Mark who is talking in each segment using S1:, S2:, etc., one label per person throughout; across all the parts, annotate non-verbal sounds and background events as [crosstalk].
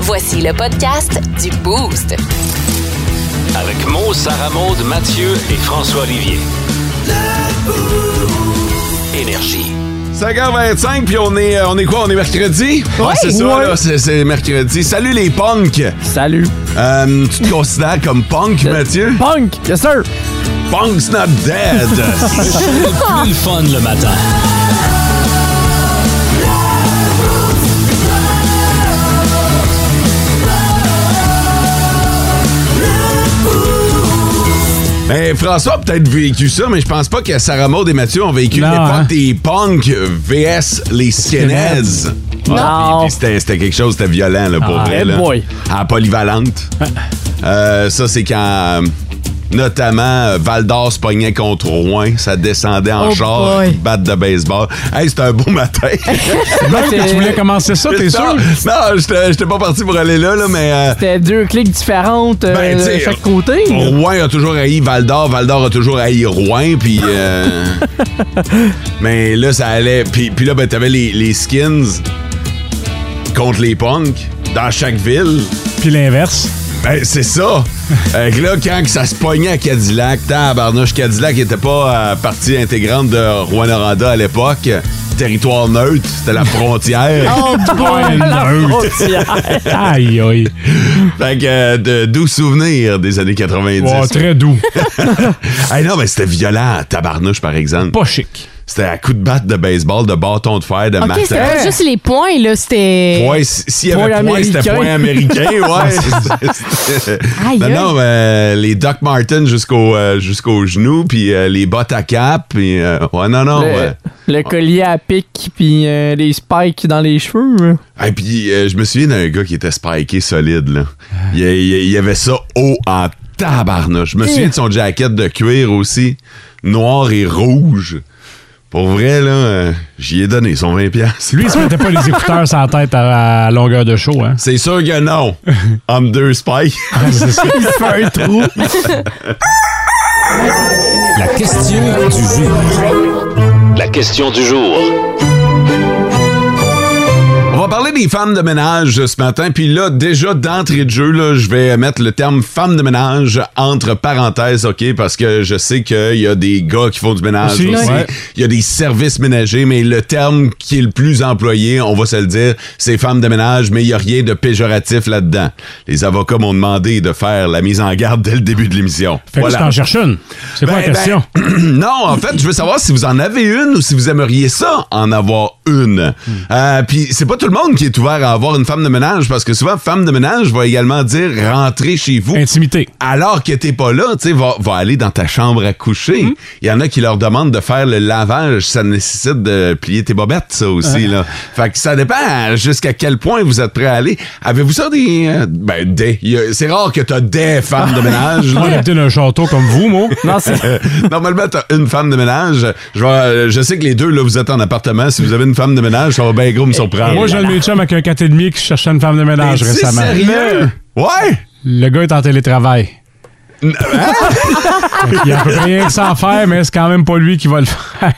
S1: Voici le podcast du Boost.
S2: Avec Mo, Sarah Maud, Mathieu et François Olivier. Énergie.
S3: 5h25, puis on est, euh, on est quoi? On est mercredi? Ouais, c'est ça, là, c'est, c'est mercredi. Salut les punks!
S4: Salut. Euh,
S3: Euh, tu te considères comme punk, Mathieu?
S4: Punk, yes sir.
S3: Punk's not
S4: [laughs]
S3: dead!
S2: [laughs]
S3: [laughs]
S2: Plus le fun le matin.
S3: mais Ben, François a peut-être vécu ça, mais je pense pas que Sarah Maud et Mathieu ont vécu
S4: Non,
S3: l'époque
S4: hein.
S3: des punks VS les skinheads. Ouais,
S4: Non.
S3: puis- puis c'était, c'était quelque chose, c'était violent, là, pour
S4: Ah,
S3: vrai. Là.
S4: boy.
S3: En polyvalente. Euh, ça, c'est quand... euh, Notamment, euh, Val d'Or se pognait contre Rouen. Ça descendait en
S5: Oh
S3: genre,
S5: boy.
S3: batte de baseball. Hey, c'était un beau
S6: [laughs]
S3: matin.
S4: Donc,
S6: Tu voulais commencer
S3: [laughs]
S6: ça, t'es sûr?
S3: Non, non, j'étais j'étais pas parti pour aller là, là mais. euh,
S4: C'était deux clics différentes euh,
S3: Ben,
S4: de
S3: t'sais,
S4: chaque côté.
S3: Rouen a toujours haï Val d'Or, Val d'Or a toujours haï Rouen, puis.
S6: [laughs]
S3: euh, mais là, ça allait. Puis, puis là, ben, t'avais les, les skins contre les punks dans chaque ville.
S6: Puis l'inverse.
S3: Ben,
S6: [laughs]
S3: c'est ça. Fait que là, quand que ça se pognait à Cadillac, tabarnouche, Cadillac était pas euh, partie intégrante de Rouen-Oranda à l'époque. Territoire neutre, c'était la frontière.
S6: Oh, boy, [laughs] neutre. Aïe, aïe.
S3: Fait que euh, de doux souvenirs des années 90.
S6: Oh, très doux.
S3: [laughs] Hey, non, mais c'était violent à tabarnouche, par exemple.
S6: Pas chic.
S3: C'était à coups de batte de baseball, de bâton de fer, de
S5: OK, c'était
S3: marteau.
S5: pas
S3: [laughs]
S5: juste les points, là, c'était...
S3: Ouais, si- s'il y avait
S4: Point
S3: point, c'était
S4: américain.
S3: point américain,
S5: [laughs]
S3: ouais. C'était-
S5: Aïe,
S3: non,
S5: aïe.
S3: non, mais, euh, les Doc Martens jusqu'au euh, jusqu'au genou, puis euh, les bottes à cap, puis euh, ouais, non, non.
S4: le,
S3: ouais.
S4: le collier à pic, puis euh, les spikes dans les cheveux.
S3: Et puis, euh, je me souviens d'un gars qui était spiké solide, là. Il, il- il y avait ça haut en tabarnouche. Je me souviens de son jacket de cuir aussi, noir et rouge. Pour vrai, là, euh, j'y ai donné son 20$. piastres.
S6: Lui, il se mettait pas les écouteurs sans tête à, à longueur de show, hein?
S3: C'est sûr que non. Homme 2 Spike.
S6: Ah, C'est
S3: [laughs]
S6: ça.
S4: Un
S6: [laughs]
S4: trou.
S2: La question du
S3: hein?
S2: jour. La question du jour.
S3: On va parler des femmes de ménage euh, ce matin. Puis là, déjà d'entrée de jeu, là, je vais mettre le terme femme de ménage entre parenthèses, OK? Parce que je sais qu'il y a des gars qui font du ménage aussi.
S6: Aussi,
S3: Il
S6: ouais.
S3: y a des services ménagers, mais le terme qui est le plus employé, on va se le dire, c'est femme de ménage, mais il n'y a rien de péjoratif là-dedans. Les avocats m'ont demandé de faire la mise en garde dès le début de l'émission.
S6: Fait que tu t'en cherches une. C'est pas
S3: Ben,
S6: la question.
S3: ben, [clears throat] non, en fait, je veux savoir si vous en avez une ou si vous aimeriez ça, en avoir une.
S6: Hmm.
S3: Euh, Puis c'est pas tout le monde qui est ouvert à avoir une femme de ménage parce que souvent, femme de ménage va également dire rentrer chez vous.
S6: Intimité.
S3: Alors que t'es pas là, tu sais, va, va aller dans ta chambre à coucher.
S6: Hmm.
S3: Il y en a qui leur demandent de faire le lavage. Ça nécessite de plier tes bobettes, ça aussi, là. Fait que ça dépend à- jusqu'à quel point vous êtes prêt à aller. Avez-vous ça des... euh, ben, des... y a- C'est rare que t'as des femmes de ménage, là.
S6: Moi, habiter d'un château comme vous, moi.
S4: Non,
S3: [laughs]
S4: c'est
S3: Euh, Normalement, t'as une femme de ménage. Je, vais- euh, je sais que les deux, là, vous êtes en appartement. Si vous avez une femme de ménage, ça va bien gros me surprendre.
S6: Moi, j'ai un de mes chums avec un 4,5 qui cherchait une femme de ménage
S3: T'es-tu
S6: récemment.
S3: sérieux? Ouais!
S6: Le gars est en télétravail. Ah! Il a à peu près rien que ça à faire, mais c'est quand même pas lui qui va le faire.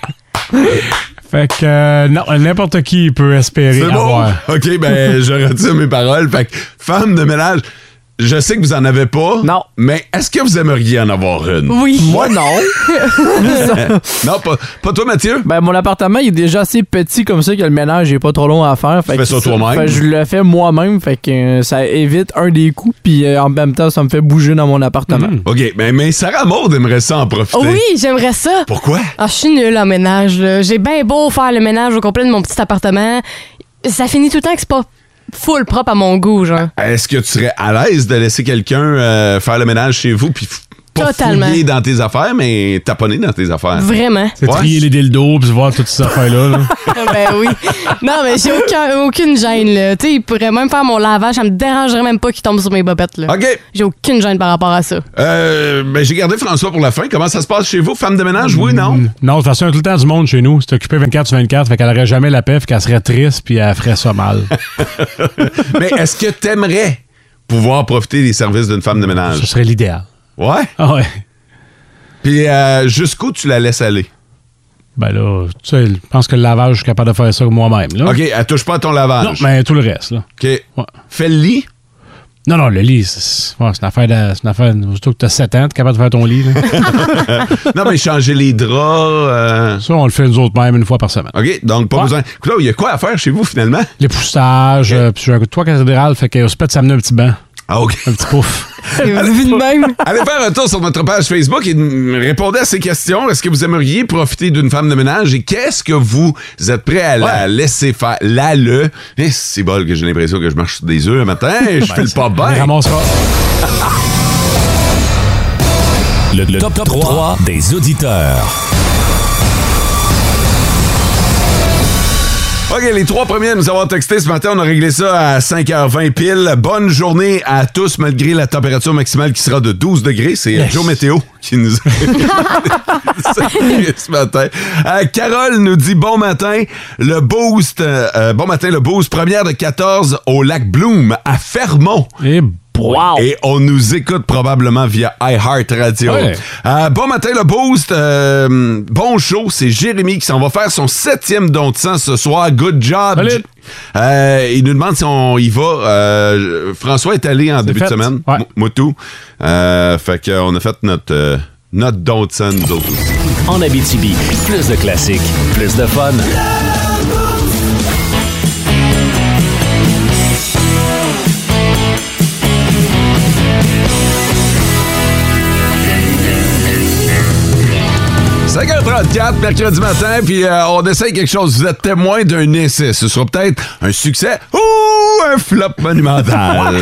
S6: [laughs] Fait que euh, non, n'importe qui peut espérer
S3: C'est bon?
S6: avoir.
S3: OK,
S4: [laughs]
S3: ben, je retire mes paroles. Fait que, femme de ménage, je sais que vous en avez pas.
S4: Non.
S3: Mais est-ce que vous aimeriez en avoir une?
S5: Oui.
S4: Moi, [laughs] non.
S3: [laughs] Non, pas, pas toi, Mathieu?
S4: Ben, mon appartement, il est déjà assez petit comme ça que le ménage, j'ai pas trop long à faire. Fait
S3: Tu
S4: que
S3: fais ça toi-même?
S4: fait que je le fais moi-même, fait que euh, ça évite un des coups, puis euh, en même temps, ça me fait bouger dans mon appartement.
S3: OK, ben, mais Sarah Maud aimerait ça en profiter.
S5: Oh oui, j'aimerais ça.
S3: Pourquoi?
S5: Ah, je suis nulle en ménage, là. J'ai bien beau faire le ménage au complet de mon petit appartement. Ça finit tout le temps que c'est pas full propre à mon goût, genre.
S3: Est-ce que tu serais à l'aise de laisser quelqu'un euh, faire le ménage chez vous puis f- pas
S5: Totalement.
S3: fouiller dans tes affaires, mais taponner dans tes affaires.
S5: Vraiment. [laughs]
S6: C'est
S3: Ouais.
S6: trier les dildos puis voir toutes ces affaires-là. là.
S5: ben oui. Non, mais j'ai aucun- aucune gêne, là. Tu sais, il pourrait même faire mon lavage, ça me dérangerait même pas qu'il tombe sur mes bobettes, là.
S3: OK.
S5: J'ai aucune gêne par rapport à ça.
S3: Euh, ben, j'ai gardé François pour la fin. Comment ça se passe chez vous? Femme de ménage, oui, non?
S6: Non, de toute façon, il y a tout le temps du monde chez nous. C'est occupé 24 sur 24, fait qu'elle aurait jamais la paix, fait qu'elle serait triste, puis elle ferait ça
S3: [laughs]
S6: mal.
S3: [laughs] Mais est-ce que t'aimerais pouvoir profiter des services d'une femme de ménage?
S6: Ce serait l'idéal.
S3: Ouais.
S6: Ah ouais.
S3: Puis euh, jusqu'où tu la laisses aller?
S6: Ben là, tu sais, je pense que le lavage, je suis capable de faire ça moi-même. là.
S3: OK, elle touche pas à ton
S6: Non,
S3: lavage.
S6: mais tout le reste, là.
S3: OK.
S6: Ouais.
S3: Fais le lit.
S6: Non, non, le lit, c'est ouais, c'est une affaire de. C'est une affaire. Surtout que t'as 7 ans, t'es capable de faire ton lit. là.
S3: [laughs] Non, mais changer les draps. euh,
S6: ça, on le fait nous autres même une fois par semaine.
S3: OK, donc pas
S6: Ouais.
S3: besoin. Claude, il y a quoi à faire chez vous finalement?
S6: Les poussages, euh, puis j'ai un toit cathédral, fait qu'on se pète s'amener un petit banc,
S3: Ah, OK.
S6: un petit pouf.
S5: Vu de même.
S3: Allez faire un tour sur notre page Facebook et mm, répondez à ces questions. Est-ce que vous aimeriez profiter d'une femme de ménage et qu'est-ce que vous êtes prêt à la laisser faire? La le. Eh, c'est bol que j'ai l'impression que je marche sur des œufs le matin. Je fais le pas
S6: On les
S3: bien.
S6: ramassera.
S2: Le, le top, 3, des auditeurs.
S3: OK, les trois premiers à nous avoir texté ce matin, on a réglé ça à 5h20 pile. Bonne journée à tous, malgré la température maximale qui sera de 12 degrés. C'est
S6: Yes.
S3: Joe Météo qui nous a ce matin. Euh, Carole nous dit bon matin, le boost. euh, euh, bon matin, le boost. Première de 14 au lac Bloom à Fermont.
S6: Et wow!
S3: Et on nous écoute probablement via iHeart Radio.
S6: Ouais.
S3: Euh, bon matin, le boost. euh, bon show, c'est Jérémy qui s'en va faire son septième don de sang ce soir. Good job.
S6: Salut.
S3: Euh, il nous demande si on y va. Euh, François est allé en début
S6: fait.
S3: de semaine.
S6: Ouais.
S3: Mo- Moutou. Euh, fait qu'on a fait notre, euh, notre don de sang, nous autres aussi.
S2: En Abitibi, plus de classiques, plus de fun.
S3: « 5h34, mercredi matin, puis euh, on essaye quelque chose. Vous êtes témoin d'un essai. Ce sera peut-être un succès ou un flop
S6: [laughs]
S3: monumental.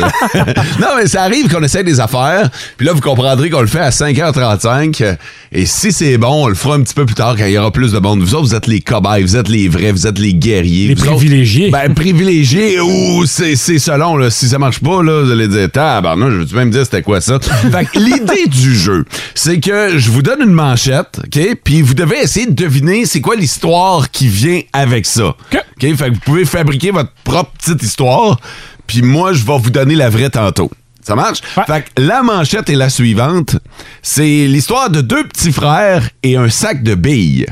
S3: non, mais ça arrive qu'on essaye des affaires, puis là, vous comprendrez qu'on le fait à 5h35. euh, Et si c'est bon, on le fera un petit peu plus tard quand il y aura plus de monde. Vous autres, vous êtes les cobayes, vous êtes les vrais, vous êtes les guerriers.
S6: Les
S3: Vous autres-
S6: privilégiés.
S3: ben, privilégié ou c'est c'est selon, là, si ça marche pas, là, vous allez dire, tabarnak, je veux-tu même dire c'était quoi
S6: [laughs]
S3: ça? fait que l'idée du jeu, c'est que je vous donne une manchette, OK? Puis vous devez essayer de deviner c'est quoi l'histoire qui vient avec ça. OK? Fait que vous pouvez fabriquer votre propre petite histoire, puis moi, je vais vous donner la vraie tantôt. Ça marche?
S6: Ouais.
S3: Fait que la manchette est la suivante. C'est l'histoire de deux petits frères et un sac de billes.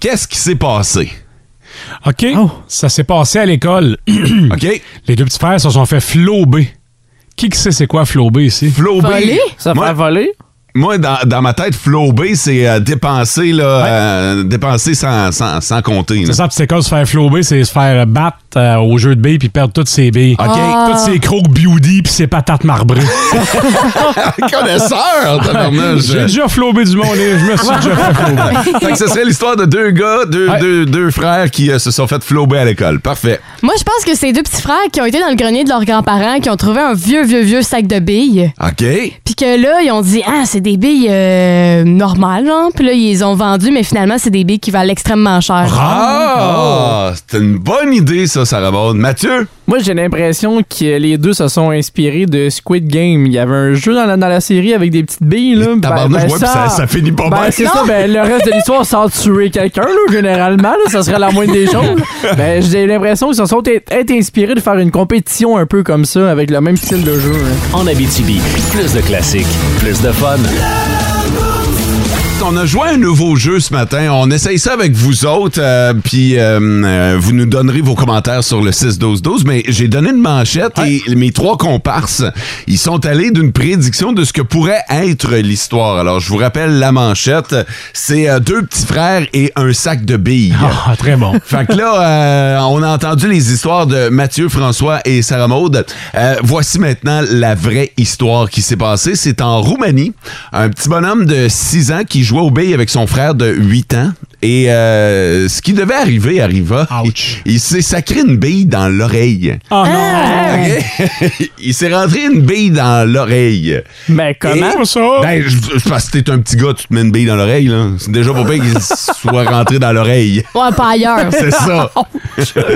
S3: Qu'est-ce qui s'est passé?
S6: OK, Oh. ça s'est passé à l'école.
S3: OK?
S6: Les deux petits frères se sont fait flober. Qui qui sait c'est quoi flober ici?
S3: Flobé.
S5: Voler?
S4: Ça fait
S3: Moi-
S4: voler?
S3: Moi, dans, dans ma tête, flober, c'est euh, dépenser, là, euh, dépenser sans, sans, sans compter.
S6: [laughs]
S3: là. [laughs]
S6: C'est ça, petite école, se faire flober, c'est se faire euh, battre euh, au jeu de billes puis perdre toutes ses billes.
S3: OK. Ah.
S6: Toutes ses crocs beauty puis ses patates
S3: [laughs]
S6: marbrées.
S3: Connaisseur, tabarnouche.
S6: Ah, ben, J'ai déjà flobé du monde, et je me suis déjà fait flober.
S3: [laughs] Fait que ce serait l'histoire de deux gars, deux,
S6: Ouais.
S3: deux, deux frères qui euh, se sont fait flober à l'école. Parfait.
S5: Moi, je pense que c'est deux petits frères qui ont été dans le grenier de leurs grands-parents, qui ont trouvé un vieux, vieux, vieux sac de billes.
S3: OK.
S5: Puis que là, ils ont dit, ah, c'est des billes euh, normales, hein. Puis là, ils les ont vendues, mais finalement, c'est des billes qui valent extrêmement cher.
S3: Ah! C'est une bonne idée, ça, Sarah Maud. Mathieu?
S4: Moi, j'ai l'impression que les deux se sont inspirés de Squid Game. Il y avait un jeu dans la, dans la série avec des petites billes, là. Ben,
S3: tabarnouche,
S4: ben,
S3: ouais, puis ça, ça finit pas
S4: Ben,
S3: mal.
S4: c'est ça, ben, le reste de l'histoire, sans tuer quelqu'un, là, généralement, là, ça serait la moindre des choses. Ben, j'ai l'impression qu'ils se sont é- été inspirés de faire une compétition un peu comme ça, avec le même style de jeu. hein.
S2: En Abitibi, plus de classiques, plus de fun.
S3: On a joué à un nouveau jeu ce matin. On essaye ça avec vous autres, euh, puis euh, euh, vous nous donnerez vos commentaires sur le 6-12-12. Mais j'ai donné une manchette et mes trois comparses, ils sont allés d'une prédiction de ce que pourrait être l'histoire. Alors, je vous rappelle la manchette. C'est euh, deux petits frères et un sac de billes.
S6: Ah, très bon.
S3: [laughs] Fait que là, euh, on a entendu les histoires de Mathieu, François et Sarah Maude. Euh, voici maintenant la vraie histoire qui s'est passée. C'est en Roumanie. Un petit bonhomme de 6 ans qui jouait au billes avec son frère de 8 ans Et euh, ce qui devait arriver arriva. Il, il s'est sacré une bille dans l'oreille.
S6: Oh
S5: Ah,
S6: non!
S3: OK? il s'est rentré une bille dans l'oreille.
S4: Mais comment
S3: Et-
S6: ça?
S3: Ben, je, je- parce que t'es un petit gars, tu te mets une bille dans l'oreille, là. C'est déjà pas bien qu'il [laughs] soit rentré dans l'oreille.
S5: Ouais, pas ailleurs.
S3: [laughs]
S5: Ah, Oh
S3: C'est
S5: [laughs]
S3: ça.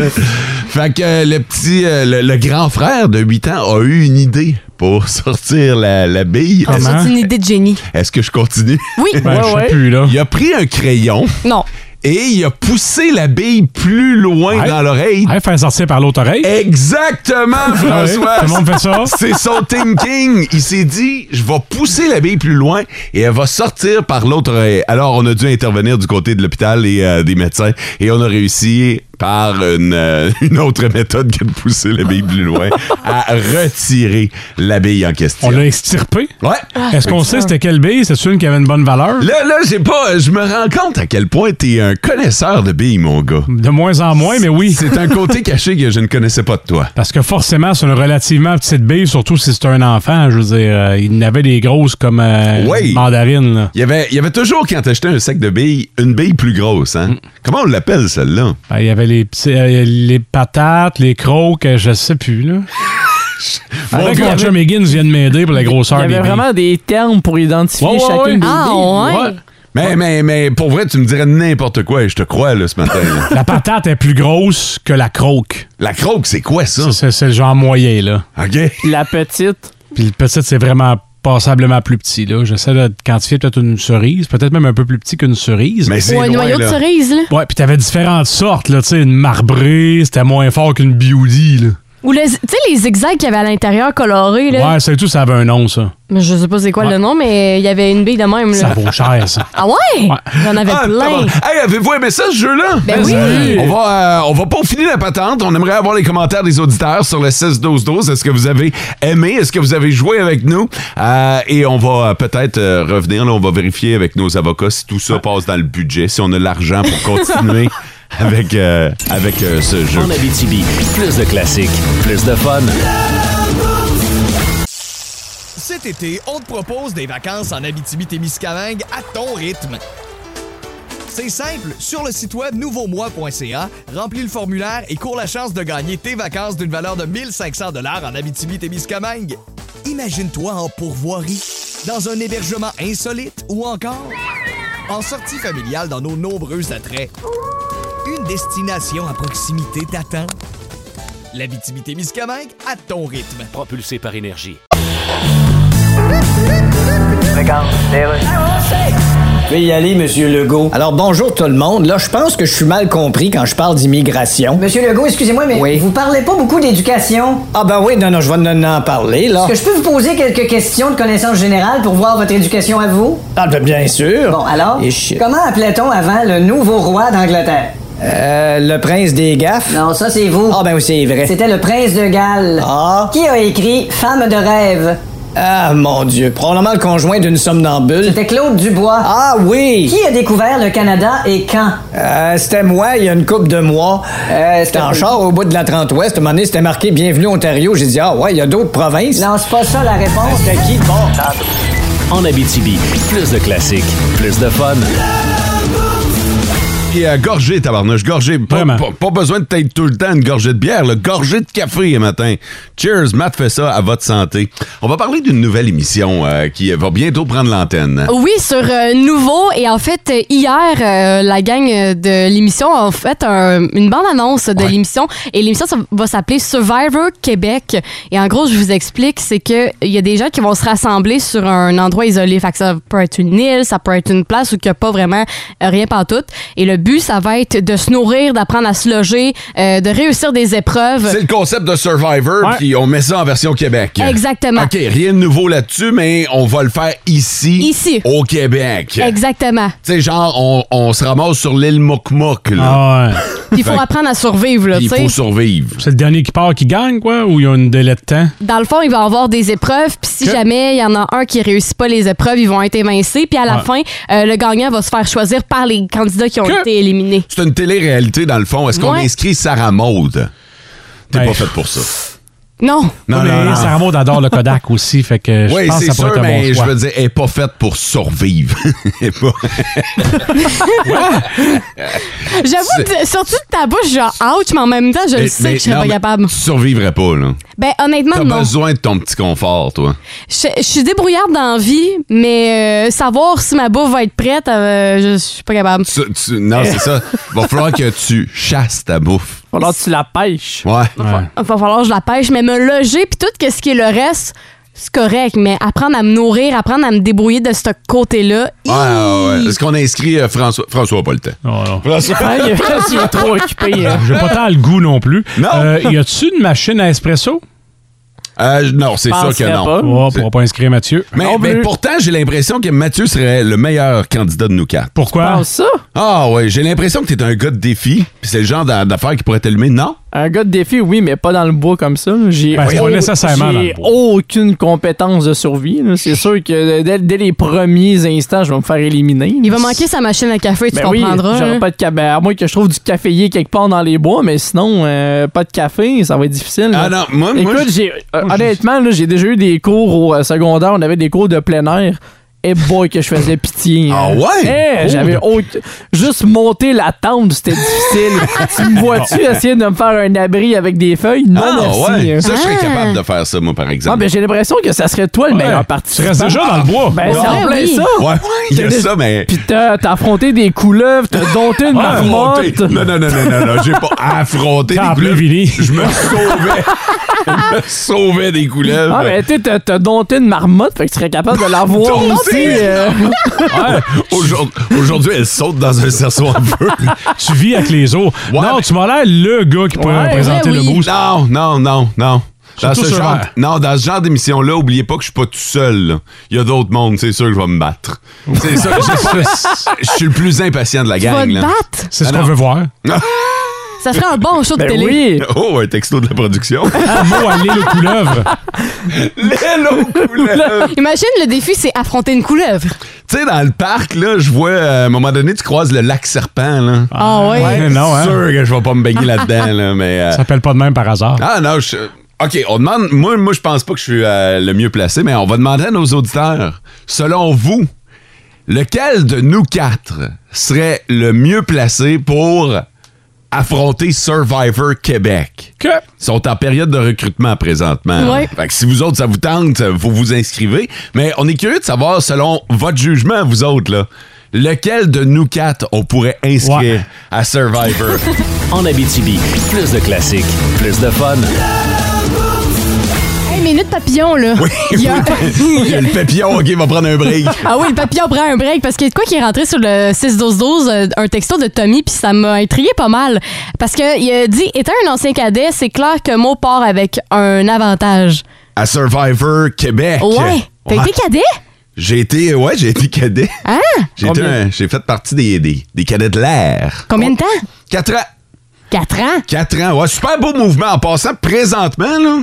S3: fait que euh, le petit, euh, le, le grand frère de 8 ans a eu une idée pour sortir la, la bille. Est-ce-
S6: Comment?
S5: C'est une idée de génie.
S3: Est-ce que je continue? [laughs]
S5: Oui.
S6: Ben,
S4: Ouais,
S6: je sais
S4: ouais.
S6: plus, là.
S3: Il a pris un crayon
S5: Non.
S3: et il a poussé la bille plus loin
S6: Ouais.
S3: dans l'oreille.
S6: Hey, faire sortir par l'autre oreille.
S3: Exactement,
S6: Ah ouais,
S3: François.
S6: tout le monde fait ça.
S3: [laughs] C'est son thinking. Il s'est dit, je vais pousser la bille plus loin et elle va sortir par l'autre oreille. Alors, on a dû intervenir du côté de l'hôpital et euh, des médecins et on a réussi par une, euh, [laughs] une autre méthode que de pousser la bille plus loin à retirer la bille en question.
S6: On l'a extirpé.
S3: Ouais.
S6: Est-ce qu'on sait c'était quelle bille? C'est une qui avait une bonne valeur?
S3: Là, là, j'ai pas. Je me rends compte à quel point t'es un connaisseur de billes, mon gars.
S6: De moins en moins, mais oui.
S3: C'est un
S6: [laughs]
S3: côté caché que je ne connaissais pas de toi.
S6: Parce que forcément, c'est une relativement petite bille, surtout si c'est un enfant. Je veux dire, euh, il en avait des grosses comme euh,
S3: Oui.
S6: mandarines. là.
S3: Il y avait, il y avait toujours, quand t'achetais un sac de billes, une bille plus grosse,
S6: Mm.
S3: hein? Comment on l'appelle, celle-là?
S6: Ben, il y avait les, petits- euh, les patates, les croques, euh, je sais plus.
S3: [laughs]
S6: Là. Avec
S4: il y
S6: mon
S4: avait-
S6: chum Higgins vient de m'aider pour la
S4: Il
S6: grosseur
S4: y
S6: des
S4: avait
S6: billes.
S4: vraiment des termes pour identifier
S6: Ouais, ouais,
S4: chacune
S6: Oh, ouais.
S4: des
S5: Ah,
S4: billes.
S5: ouais.
S3: Mais, mais, mais, pour vrai, tu me dirais n'importe quoi et je te crois, là, ce matin.
S6: [laughs]
S3: là.
S6: La patate est plus grosse que la croque.
S3: La croque, c'est quoi, ça?
S6: Ça, C'est c'est le genre moyen, là.
S3: OK?
S4: La petite.
S6: Puis le petit, c'est vraiment passablement plus petit, là. J'essaie de quantifier peut-être une cerise, peut-être même un peu plus petit qu'une cerise.
S3: Mais c'est
S5: Ou un
S3: loin,
S5: noyau de
S3: là.
S5: cerise, là.
S6: Ouais, puis t'avais différentes sortes, là. Tu sais, une marbrée, c'était moins fort qu'une beauty, là.
S5: Ou les, tu sais, les zigzags qu'il y avait à l'intérieur colorés, là.
S6: Ouais, c'est tout, ça avait un nom, ça.
S5: Mais Je sais pas c'est quoi
S6: Ouais.
S5: le nom, mais il y avait une bille de même, là.
S6: Ça vaut cher, ça.
S5: Ah ouais? J'en avais
S3: Ah,
S5: plein.
S3: pardon. Hey, avez-vous aimé ça, ce jeu-là?
S5: Ben oui.
S6: oui.
S3: On va, euh, on va pas finir la patente. On aimerait avoir les commentaires des auditeurs sur le 16-12-12. Est-ce que vous avez aimé? Est-ce que vous avez joué avec nous? Euh, et on va euh, peut-être euh, revenir. là, on va vérifier avec nos avocats si tout ça passe dans le budget, si on a l'argent
S5: [laughs]
S3: pour continuer avec, euh, avec euh, ce jeu.
S2: En Abitibi, plus de classiques, plus de fun.
S7: Cet été, on te propose des vacances en Abitibi-Témiscamingue à ton rythme. C'est simple, sur le site web nouveaumois.ca, remplis le formulaire et cours la chance de gagner tes vacances d'une valeur de 1500 dollars en Abitibi-Témiscamingue. Imagine-toi en pourvoirie, dans un hébergement insolite ou encore en sortie familiale dans nos nombreux attraits. Une destination à proximité t'attend. L'Abitibi-Témiscamingue à ton rythme.
S2: Propulsé par énergie.
S8: Je vais y aller, Monsieur Legault. Alors bonjour tout le monde. Là, je pense que je suis mal compris quand je parle d'immigration.
S9: Monsieur Legault, excusez-moi, mais
S8: Oui.
S9: vous parlez pas beaucoup d'éducation.
S8: Ah ben oui, non, non, je vais en- en parler là.
S9: Est-ce que je peux vous poser quelques questions de connaissance générale pour voir votre éducation à vous?
S8: Ah ben bien sûr.
S9: Bon, alors,
S8: Et shit.
S9: comment appelait-on avant le nouveau roi d'Angleterre?
S8: Euh, le prince des gaffes.
S9: Non, ça c'est vous.
S8: Ah ben oui, c'est vrai.
S9: C'était le prince de Galles.
S8: Ah.
S9: Qui a écrit Femme de rêve?
S8: Ah mon Dieu, probablement le conjoint d'une somnambule.
S9: C'était Claude Dubois.
S8: Ah oui.
S9: Qui a découvert le Canada et quand?
S8: Euh, c'était moi il y a une couple de mois. Euh, c'était en char au bout de la 30 Ouest. À un moment donné, c'était marqué Bienvenue Ontario. J'ai dit ah ouais, il y a d'autres provinces.
S9: Non, c'est pas ça la réponse.
S8: C'était qui bon?
S2: En Abitibi, plus de classiques, plus de fun.
S3: Et euh, gorgée, tabarnouche, gorgée. Pas,
S6: Vraiment.
S3: pas- pas besoin de t'être tout le temps une gorgée de bière, là, gorgée de café le matin. Cheers, Matt fait ça à votre santé. On va parler d'une nouvelle émission euh, qui va bientôt prendre l'antenne.
S5: Oui, sur euh, Nouveau. Et en fait, euh, hier, euh, la gang euh, de l'émission a fait un- une bande-annonce de l'émission. Et l'émission ça va s'appeler Survivor Québec. Et en gros, je vous explique, c'est que il y a des gens qui vont se rassembler sur un endroit isolé. Fait que ça peut être une île, ça peut être une place où il n'y a pas vraiment euh, rien pantoute. Et le but, ça va être de se nourrir, d'apprendre à se loger, euh, de réussir des épreuves.
S3: C'est le concept de Survivor,
S6: Ouais.
S3: puis on met ça en version Québec.
S5: Exactement.
S3: OK, rien de nouveau là-dessus, mais on va le faire ici,
S5: Ici.
S3: au Québec.
S5: Exactement.
S3: Tu sais, genre, on, on se ramasse sur l'île Mokmok, [laughs] là.
S6: Ah ouais.
S5: Puis il faut
S3: Fait que-
S5: apprendre à survivre, là,
S3: Puis
S5: tu
S3: Il
S5: sais.
S3: faut survivre.
S6: C'est le dernier qui part qui gagne, quoi, ou il y a une délai de temps?
S5: dans le fond, il va y avoir des épreuves, puis si
S6: Que-
S5: jamais il y en a un qui réussit pas les épreuves, ils vont être évincés, puis à la
S6: Ouais.
S5: fin, euh, le gagnant va se faire choisir par les candidats qui ont
S6: Que-
S5: été éliminés.
S3: C'est une télé-réalité, dans le fond. Est-ce qu'on
S5: Ouais.
S3: inscrit Sarah Maude? T'es
S6: Ben,
S3: pas faite pour ça.
S5: Non.
S6: Non, mais
S3: non.
S6: Sarah Maud adore le Kodak aussi, fait que je
S3: Oui,
S6: pense que
S3: c'est
S6: ça pourrait
S3: sûr,
S6: être un
S3: mais
S6: bon
S3: je
S5: [laughs]
S6: choix.
S3: veux dire, elle n'est pas faite pour survivre. [laughs] Elle est pas-
S5: J'avoue,
S3: C'est-
S5: t- sorti de ta bouche, genre, ouch, mais en même temps, Ah, je le
S3: Mais-
S5: sais
S3: mais
S5: que je serais
S3: non,
S5: pas
S3: mais
S5: capable.
S3: Tu survivrais pas, là.
S5: Ben,
S3: T'as
S5: honnêtement, non.
S3: besoin de ton petit confort, toi.
S5: Je je suis débrouillarde dans la vie, mais euh, savoir si ma bouffe va être prête, euh, je je suis pas capable.
S3: Tu- tu- non, c'est ça. Va falloir que tu chasses ta bouffe.
S4: Alors, tu la pêches.
S3: Ouais.
S5: Il va falloir que je la pêche, mais me loger, puis tout que ce qui est le reste, c'est correct, mais apprendre à me nourrir, apprendre à me débrouiller de ce côté-là,
S3: Ouais, ouais, ouais. Est-ce qu'on a inscrit euh, François? François a pas le temps.
S6: Non, non.
S3: François.
S4: Ouais, tu es trop occupé. hein.
S6: J'ai pas tant le goût non plus.
S3: Non.
S6: Euh, y a-tu une machine à espresso?
S3: Euh, non, c'est sûr que
S4: Penserais
S3: non.
S4: pas.
S6: Oh, on pourra pas inscrire Mathieu.
S3: Mais,
S4: Non
S3: mais
S4: plus.
S3: pourtant, j'ai l'impression que Mathieu serait le meilleur candidat de nous quatre.
S6: Pourquoi?
S4: Pense ça.
S3: Ah ouais, j'ai l'impression que t'es un gars de défi, puis c'est le genre d'a- d'affaires qui pourrait t'allumer. Non?
S4: Un gars de défi, oui, mais pas dans le bois comme ça. là. J'ai
S6: Ben, c'est pas
S4: au-
S6: nécessairement dans le
S4: j'ai
S6: bois.
S4: aucune compétence de survie. là. C'est sûr que dès, dès les premiers instants, je vais me faire éliminer.
S5: il va manquer sa machine à café, tu
S4: Ben oui,
S5: comprendras.
S4: j'aurai
S5: hein.
S4: pas de café. À moins que je trouve du caféier quelque part dans les bois, mais sinon, euh, pas de café, ça va être difficile. là.
S3: Ah non, moi, moi,
S4: Écoute,
S3: je-
S4: j'ai, euh, honnêtement, là, j'ai déjà eu des cours au euh, secondaire, on avait des cours de plein air. Et boy, que je faisais pitié.
S3: Ah
S4: hein.
S3: ouais?
S4: Eh,
S6: Cours
S4: j'avais
S6: de-
S4: autre- Juste monter la tente, c'était difficile. tu me
S3: [laughs]
S4: vois-tu essayer de me faire un abri avec des feuilles? Non,
S3: ah
S4: merci.
S3: ouais.
S4: hein.
S3: Ça, je serais
S5: Ah.
S3: capable de faire ça, moi, par
S4: Ah,
S3: exemple.
S4: ben, j'ai l'impression que ça serait toi Ah, ben, le
S6: Ouais.
S4: meilleur
S6: Tu
S4: participant.
S6: restes déjà dans le bois.
S4: Ben, c'est
S5: Ouais,
S4: en plein
S5: oui.
S4: ça.
S3: Ouais, ouais, il y a
S4: T'as-
S3: ça, mais.
S4: Pis t'as t'as affronté des couleuvres, t'as dompté
S3: [laughs]
S4: une
S3: Affronter.
S4: marmotte.
S3: Non, non, non, non, non, non, j'ai pas affronté
S6: T'as
S3: des
S6: appelé
S3: couleuvres.
S6: Vinny.
S3: Je me sauvais. Je me sauvais des couleuvres.
S4: Ah, ben, tu sais, t'as t'as dompté une marmotte, fait que tu serais capable de la voir
S3: Dompter.
S4: aussi. euh,
S3: Ouais. Aujourd- Aujourd'hui, elle saute dans un cerceau en feu.
S6: [laughs] Tu vis avec les autres.
S3: Ouais,
S6: non,
S3: mais-
S6: Oh, tu m'as l'air le gars qui pourrait
S4: Ouais,
S6: représenter
S5: ouais, oui.
S6: le boost.
S3: Non, non, non, non. Dans
S6: Surtout
S3: ce,
S6: sur
S3: genre,
S6: l'air.
S3: non, dans ce genre d'émission-là, oubliez pas que je suis pas tout seul. là. Il y a d'autres mondes, c'est sûr que je vais me battre. C'est ça,
S6: [laughs]
S3: je, je suis le plus impatient de la
S5: Tu vas
S3: gang.
S5: te
S3: là.
S5: battre.
S6: C'est ce
S3: Ah,
S6: qu'on
S3: non.
S6: veut voir.
S3: [laughs]
S5: Ça serait un bon show de
S4: Ben
S5: télé.
S4: oui.
S3: Oh, un texto de la production.
S6: [laughs] Un mot à l'île aux couleuvres.
S3: Hello, couleuvre.
S5: Imagine le défi, c'est affronter une couleuvre.
S3: Tu sais, dans le parc, là, je vois, euh, à un moment donné, tu croises le lac serpent. Là.
S5: Ah ouais.
S6: Ouais, non, hein.
S3: sûr que je vais pas me baigner là-dedans, là, mais... euh,
S6: Ça s'appelle pas de même par hasard.
S3: Ah non, je... OK, on demande... Moi, moi je pense pas que je suis euh, le mieux placé, mais on va demander à nos auditeurs, selon vous, lequel de nous quatre serait le mieux placé pour affronter Survivor Québec?
S6: Que?
S3: Ils sont en période de recrutement présentement.
S5: Ouais.
S3: Fait que si vous autres, ça vous tente, vous vous inscrivez. Mais on est curieux de savoir, selon votre jugement, vous autres, là, lequel de nous quatre on pourrait inscrire
S6: Ouais.
S3: à Survivor?
S2: En Abitibi, plus de classiques, plus de fun.
S5: Hey, minute papillon, là. [laughs] Il y a-
S3: [laughs] Il y a le papillon, OK, va prendre un break.
S5: Ah oui, le papillon prend un break parce qu'il y a de quoi qui est rentré sur le 6-12-12, euh, un texto de Tommy, puis ça m'a intrigué pas mal. Parce qu'il a dit Étant un ancien cadet, c'est clair que Mo part avec un avantage.
S3: À Survivor Québec.
S5: Ouais. T'as
S3: Ouais.
S5: été cadet
S3: J'ai été, ouais, j'ai été cadet.
S5: Hein
S3: J'ai été
S4: Combien?
S3: un- j'ai fait partie des, des, des cadets de l'air.
S5: Combien de temps
S3: Quatre ans.
S5: Quatre ans.
S3: Quatre ans. Ouais, super beau mouvement. En passant, présentement, là,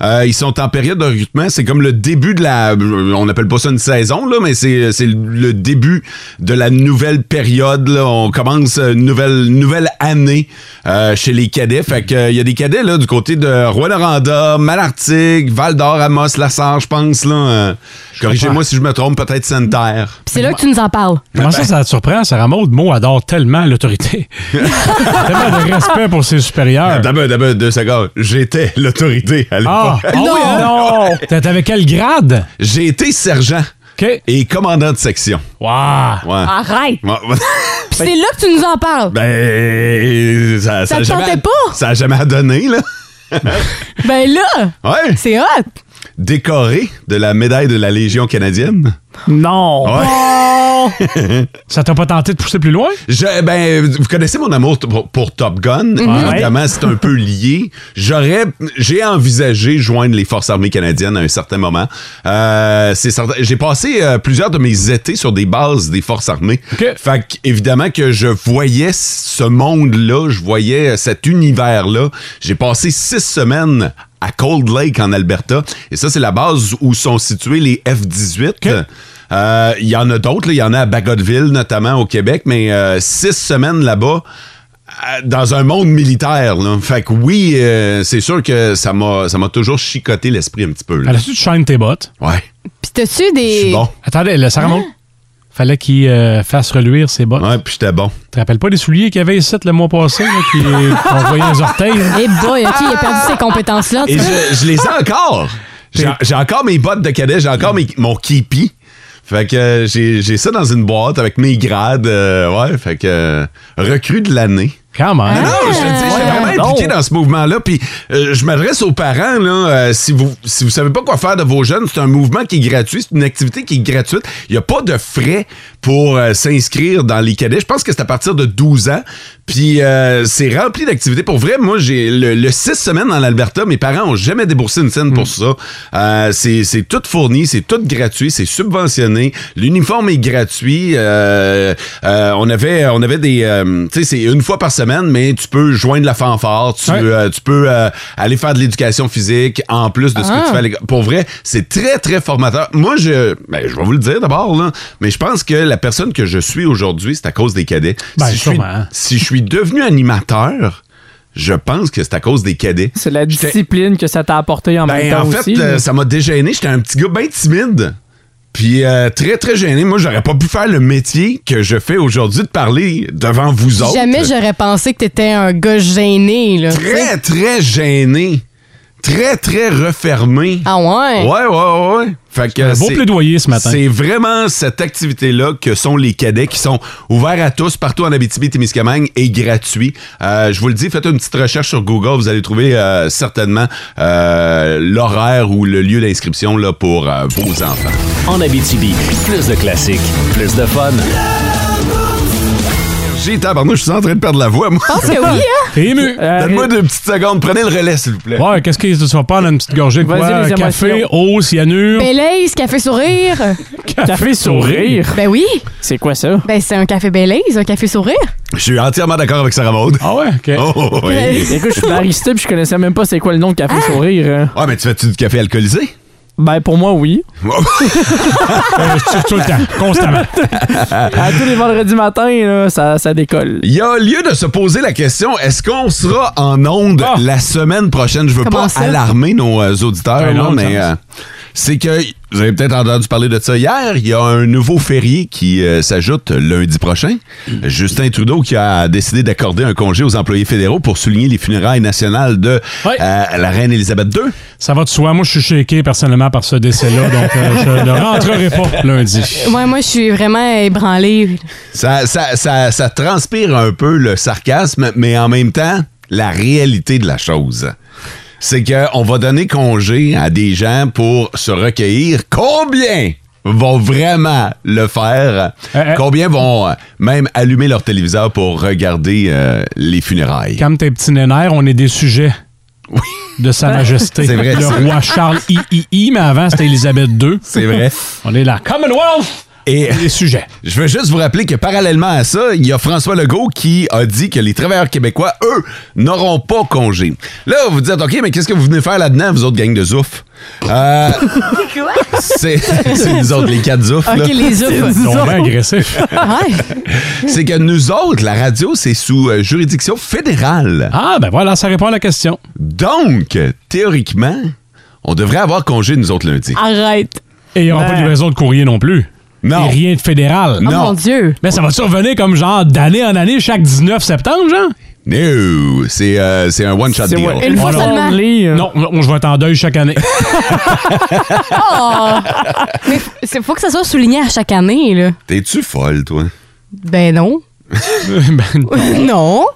S3: euh, ils sont en période de recrutement. C'est comme le début de la. On n'appelle pas ça une saison, là, mais c'est c'est le début de la nouvelle période. là. On commence euh, une nouvelle, nouvelle année euh, chez les cadets. Fait que, euh, il y a des cadets là, du côté de Rouen-Noranda, Malartic, Val-d'Or, Amos, Lassar, je pense. là. Euh, Corrigez-moi si je me trompe, peut-être Sainte-Terre.
S5: Puis c'est là que tu nous en parles.
S3: ben-
S6: Comment ça, ça te surprend? Sarah Maud, Mo adore tellement l'autorité. tellement de respect pour ses supérieurs.
S3: Euh, D'abord, d'abord, deux secondes. J'étais l'autorité à
S6: Ah,
S3: l'époque.
S6: ah oui, hein? non! T'es avec quel grade?
S3: J'ai été sergent
S6: OK.
S3: et commandant de section.
S6: Wow!
S3: Ouais.
S5: Arrête.
S3: Ouais.
S5: Puis Ah. [laughs] c'est là que tu nous en parles.
S3: Ben, ça,
S5: Ça
S3: a
S5: te
S3: jamais-
S5: tentait pas?
S3: Ça a jamais donné, là.
S5: Ben là,
S3: Ouais.
S5: c'est hot.
S3: Décoré de la médaille de la Légion canadienne.
S5: Oh.
S4: Non.
S3: Ouais.
S6: Ça t'a pas tenté de pousser plus loin?
S3: Je- ben, vous connaissez mon amour t- pour, pour Top
S5: Mhm.
S3: Gun. Évidemment, c'est un peu lié. J'aurais, j'ai envisagé joindre les forces armées canadiennes à un certain moment. Euh, c'est certain- J'ai passé euh, plusieurs de mes étés sur des bases des forces armées.
S6: OK.
S3: Fait que, évidemment que je voyais ce monde-là, je voyais cet univers-là. J'ai passé six semaines à Cold Lake en Alberta. Et ça, c'est la base où sont situés les F-18. Euh, Il y en a d'autres, là. il y en a à Bagotville notamment au Québec, mais euh, six semaines là-bas à- dans un monde militaire. Là. Fait que oui, euh, c'est sûr que ça m'a ça m'a toujours chicoté l'esprit un petit peu. là.
S6: Elle a-tu de shine tes bottes?
S3: Ouais.
S5: Puis t'as-tu des.
S3: Bon.
S6: Attendez, le Sarah
S4: Hein?
S6: Maud, Fallait qu'il euh, fasse reluire ses bottes.
S3: Ouais, puis j'étais bon.
S6: Tu te rappelles pas des souliers qu'il y avait ici le mois passé, là,
S4: [laughs]
S6: qui qu'on voyait les orteils? là?
S5: Eh boy, OK, il a perdu ces compétences-là. tu
S3: Et
S5: vois.
S3: je, je les ai encore. J'ai
S6: Ah.
S3: j'ai encore mes bottes de cadet, j'ai encore mes- mon képi. Fait que euh, j'ai j'ai ça dans une boîte avec mes grades. euh, ouais, fait que euh, recrue de l'année. Ah
S6: Quand même.
S3: Non, je te dis, je suis vraiment impliqué dans ce mouvement-là. Puis euh, je m'adresse aux parents, là, euh, si vous si vous savez pas quoi faire de vos jeunes, c'est un mouvement qui est gratuit, c'est une activité qui est gratuite. Il n'y a pas de frais pour euh, s'inscrire dans les cadets. Je pense que c'est à partir de 12 ans. Puis euh, c'est rempli d'activités. Pour vrai, moi, j'ai le, le six semaines en Alberta, mes parents ont jamais déboursé une scène pour
S6: Hmm.
S3: ça. Euh, c'est c'est tout fourni, c'est tout gratuit, c'est subventionné. L'uniforme est gratuit. Euh, euh, on avait on avait des euh, tu sais c'est une fois par semaine, mais tu peux joindre la fanfare, tu,
S6: Ouais.
S3: euh, tu peux euh, aller faire de l'éducation physique en plus de ce
S6: Ah.
S3: que tu fais. à l'école. Pour vrai, c'est très très formateur. Moi, je ben, je vais vous le dire d'abord là, mais je pense que la personne que je suis aujourd'hui, c'est à cause des cadets.
S6: Ben,
S3: si, je suis,
S6: sûrement, hein.
S3: si je suis devenu animateur, je pense que c'est à cause des cadets.
S4: C'est la
S3: J'étais-
S4: discipline que ça t'a apporté en même
S3: Ben,
S4: temps
S3: en fait,
S4: aussi.
S3: euh,
S4: là.
S3: ça m'a dégêné. J'étais un petit gars bien timide. Puis euh, très, très gêné. Moi, j'aurais pas pu faire le métier que je fais aujourd'hui de parler devant vous autres.
S5: Jamais j'aurais pensé que t'étais un gars gêné, là.
S3: Très, très gêné. Très, très refermé.
S5: Ah ouais?
S3: Ouais, ouais, ouais. ouais. Fait que
S6: Un beau
S3: c'est-
S6: plaidoyer ce matin.
S3: C'est vraiment cette activité-là que sont les cadets, qui sont ouverts à tous partout en Abitibi-Témiscamingue et gratuits. Euh, je vous le dis, faites une petite recherche sur Google, vous allez trouver euh, certainement euh, l'horaire ou le lieu d'inscription là, pour euh, vos enfants.
S2: En Abitibi, plus de classiques, plus de fun.
S3: J'ai pardon, je suis en train de perdre la voix, moi.
S5: Je pense que oui, hein?
S6: T'es ému.
S4: Euh,
S3: Donne-moi deux petites secondes, prenez le relais, s'il vous plaît.
S6: Ouais, qu'est-ce que tu vas prendre une petite gorgée de
S4: Vas-y,
S6: quoi?
S4: les
S6: Café,
S4: émotions. Ben-
S6: eau, cyanure,
S5: Belaise, café sourire.
S3: [laughs]
S4: Café sourire.
S5: Ben oui.
S4: C'est quoi ça?
S5: Ben c'est un café Belaise, un café sourire.
S3: Je suis entièrement d'accord avec Sarah Maud.
S6: Ah ouais, ok.
S3: [laughs] Oh, oui.
S4: Écoute, je suis barista puis je connaissais même pas c'est quoi le nom de Café Sourire. euh.
S3: Ouais, mais tu fais-tu du café alcoolisé?
S4: Ben, pour moi,
S3: [laughs]
S4: oui.
S6: Euh, je tire tout le temps, constamment.
S4: [laughs] À tous les vendredis matins, là, ça, ça
S3: [laughs]
S4: décolle.
S3: [laughs] Il y a lieu de se poser la question est-ce qu'on sera en onde
S6: Ah.
S3: la semaine prochaine Je veux
S5: Comment
S3: pas
S5: ça?
S3: alarmer nos euh, auditeurs,
S6: Ben
S3: là,
S6: non,
S3: mais
S6: ça-
S3: euh, c'est que vous avez peut-être entendu parler de ça hier. Il y a un nouveau férié qui euh, s'ajoute lundi prochain. Justin Trudeau qui a décidé d'accorder un congé aux employés fédéraux pour souligner les funérailles nationales de
S6: Ouais.
S3: euh, la reine Élisabeth II.
S6: Ça va de soi. Moi, je suis shaké personnellement par ce décès-là, donc euh, je
S3: [laughs]
S4: [laughs]
S6: ne rentrerai pas lundi.
S5: Ouais, moi, je suis vraiment ébranlée.
S3: Ça, ça, ça, ça transpire un peu le sarcasme, mais en même temps, la réalité de la chose. C'est qu'on va donner congé à des gens pour se recueillir. Combien vont vraiment le
S6: Euh,
S3: faire?
S6: euh.
S3: Combien vont euh, même allumer leur téléviseur pour regarder euh, les funérailles?
S6: Comme tes petits nénères, on est des sujets de Sa Majesté.
S3: C'est vrai,
S6: Le
S3: ça.
S6: roi Charles III, mais avant,
S3: [laughs]
S6: c'était Élisabeth II.
S3: C'est vrai.
S6: [laughs] On est la Commonwealth
S3: Et [laughs]
S6: des sujets.
S3: Je veux juste vous rappeler que parallèlement à ça, il y a François Legault qui a dit que les travailleurs québécois, eux, n'auront pas congé. Là, vous vous dites, OK, mais qu'est-ce que vous venez faire là-dedans, vous autres gangs de zouf? Euh, [laughs] c'est [laughs] c'est nous autres, les quatre zoufs. là.
S5: OK, les
S6: Ils
S5: œufs.
S6: sont bien agressifs.
S5: Ouais.
S3: [laughs] C'est que nous autres, la radio, c'est sous euh, juridiction fédérale.
S6: Ah, ben voilà, ça répond à la question.
S3: Donc, théoriquement, on devrait avoir congé, nous autres, lundi.
S5: Arrête.
S6: Et il n'y aura pas de livraison de courrier non plus.
S3: Non.
S6: Et rien de fédéral.
S5: Oh
S3: Non.
S5: mon Dieu.
S6: Mais ça va survenir comme genre d'année en année, chaque 19 septembre, genre?
S3: No, c'est euh, c'est un one-shot
S4: C'est
S3: deal.
S4: ouais,
S5: Une fois
S6: Oh non.
S5: seulement.
S4: Only, euh,
S6: Non, non, je vais être en deuil
S5: [laughs]
S6: chaque année.
S5: Oh. Mais f- c'est- faut que ça soit souligné à chaque année, là.
S3: T'es-tu folle, toi?
S5: Ben non. [laughs] non.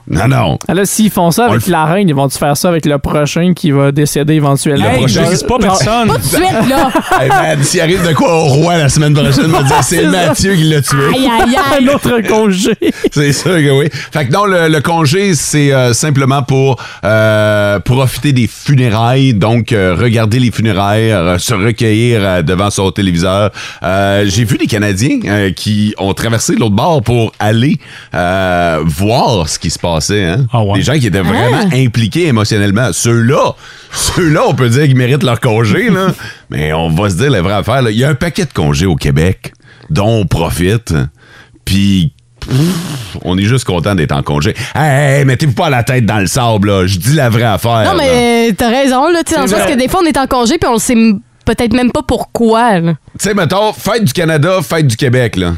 S3: Ben, Non, non.
S4: Là, s'ils font ça
S3: On le
S4: avec
S3: fait.
S4: la reine, ils vont-tu faire ça avec le prochain qui va décéder éventuellement?
S6: Hey,
S3: prochain.
S6: c'est pas personne.
S5: Pas tout de suite, là.
S3: Hey ben, man, s'il arrive de quoi au roi la semaine
S5: [laughs]
S3: prochaine, on va dire c'est Mathieu qui l'a tué.
S5: Aïe, aïe,
S4: Un
S3: [laughs]
S5: aïe.
S4: autre congé.
S3: C'est sûr que oui. Fait que non, le, le congé, c'est euh, simplement pour euh, profiter des funérailles, donc euh, regarder les funérailles, euh, se recueillir euh, devant son téléviseur. Euh, J'ai vu des Canadiens euh, qui ont traversé l'autre bord pour aller euh, voir ce qui se passait. Hein?
S6: Ah ouais.
S3: Des gens qui étaient vraiment impliqués émotionnellement. Ceux-là, ceux-là, on peut dire qu'ils méritent leur congé, là. mais on va se dire la vraie affaire. là. Il y a un paquet de congés au Québec dont on profite puis pff, on est juste content d'être en congé. Hey, hey, mettez-vous pas la tête dans le sable, là. Je dis la vraie affaire.
S5: Non,
S3: là.
S5: mais euh, t'as raison, là. Tu sais, dans le
S3: C'est
S5: sens
S3: vrai.
S5: que des fois, on est en congé puis on le sait m- peut-être même pas pourquoi,
S3: [laughs]
S5: là.
S3: Tu sais, mettons, fête du Canada, fête du Québec, là.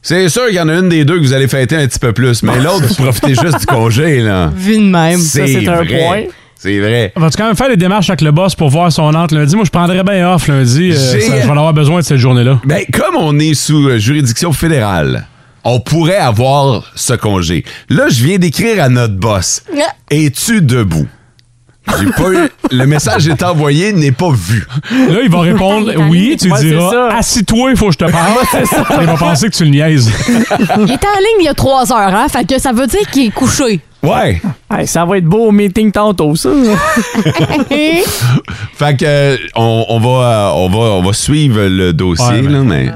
S3: C'est sûr qu'il y en a une des deux que vous allez fêter un petit peu plus, mais l'autre, vous profitez juste du congé, là.
S5: Vu de même.
S3: vrai. C'est vrai.
S6: Vas-tu quand même faire les démarches avec le boss pour voir son entre lundi? Moi, je prendrais bien off lundi. euh, ça,
S3: J'ai-
S6: je vais en avoir besoin de cette journée-là.
S3: Ben, comme on est sous euh, juridiction fédérale, on pourrait avoir ce congé. Là, je viens d'écrire à notre boss. Es-tu debout? J'ai pas eu- Le message est envoyé, n'est pas vu.
S6: Là,
S5: [laughs]
S6: il va répondre oui. Tu
S3: Ouais, c'est
S6: diras
S3: ça.
S6: Assis-toi, il faut que je te parle.
S3: Ouais, c'est ça.
S6: Il va penser que tu le niaises.
S5: Il était en ligne il y a trois heures, hein? Fait que ça veut dire qu'il est couché.
S3: Ouais.
S4: ça va être beau au meeting
S5: [laughs]
S4: tantôt, ça.
S3: Fait que euh, on, on va, euh, on, va, on va suivre le dossier,
S6: Ouais, mais-
S3: là, mais...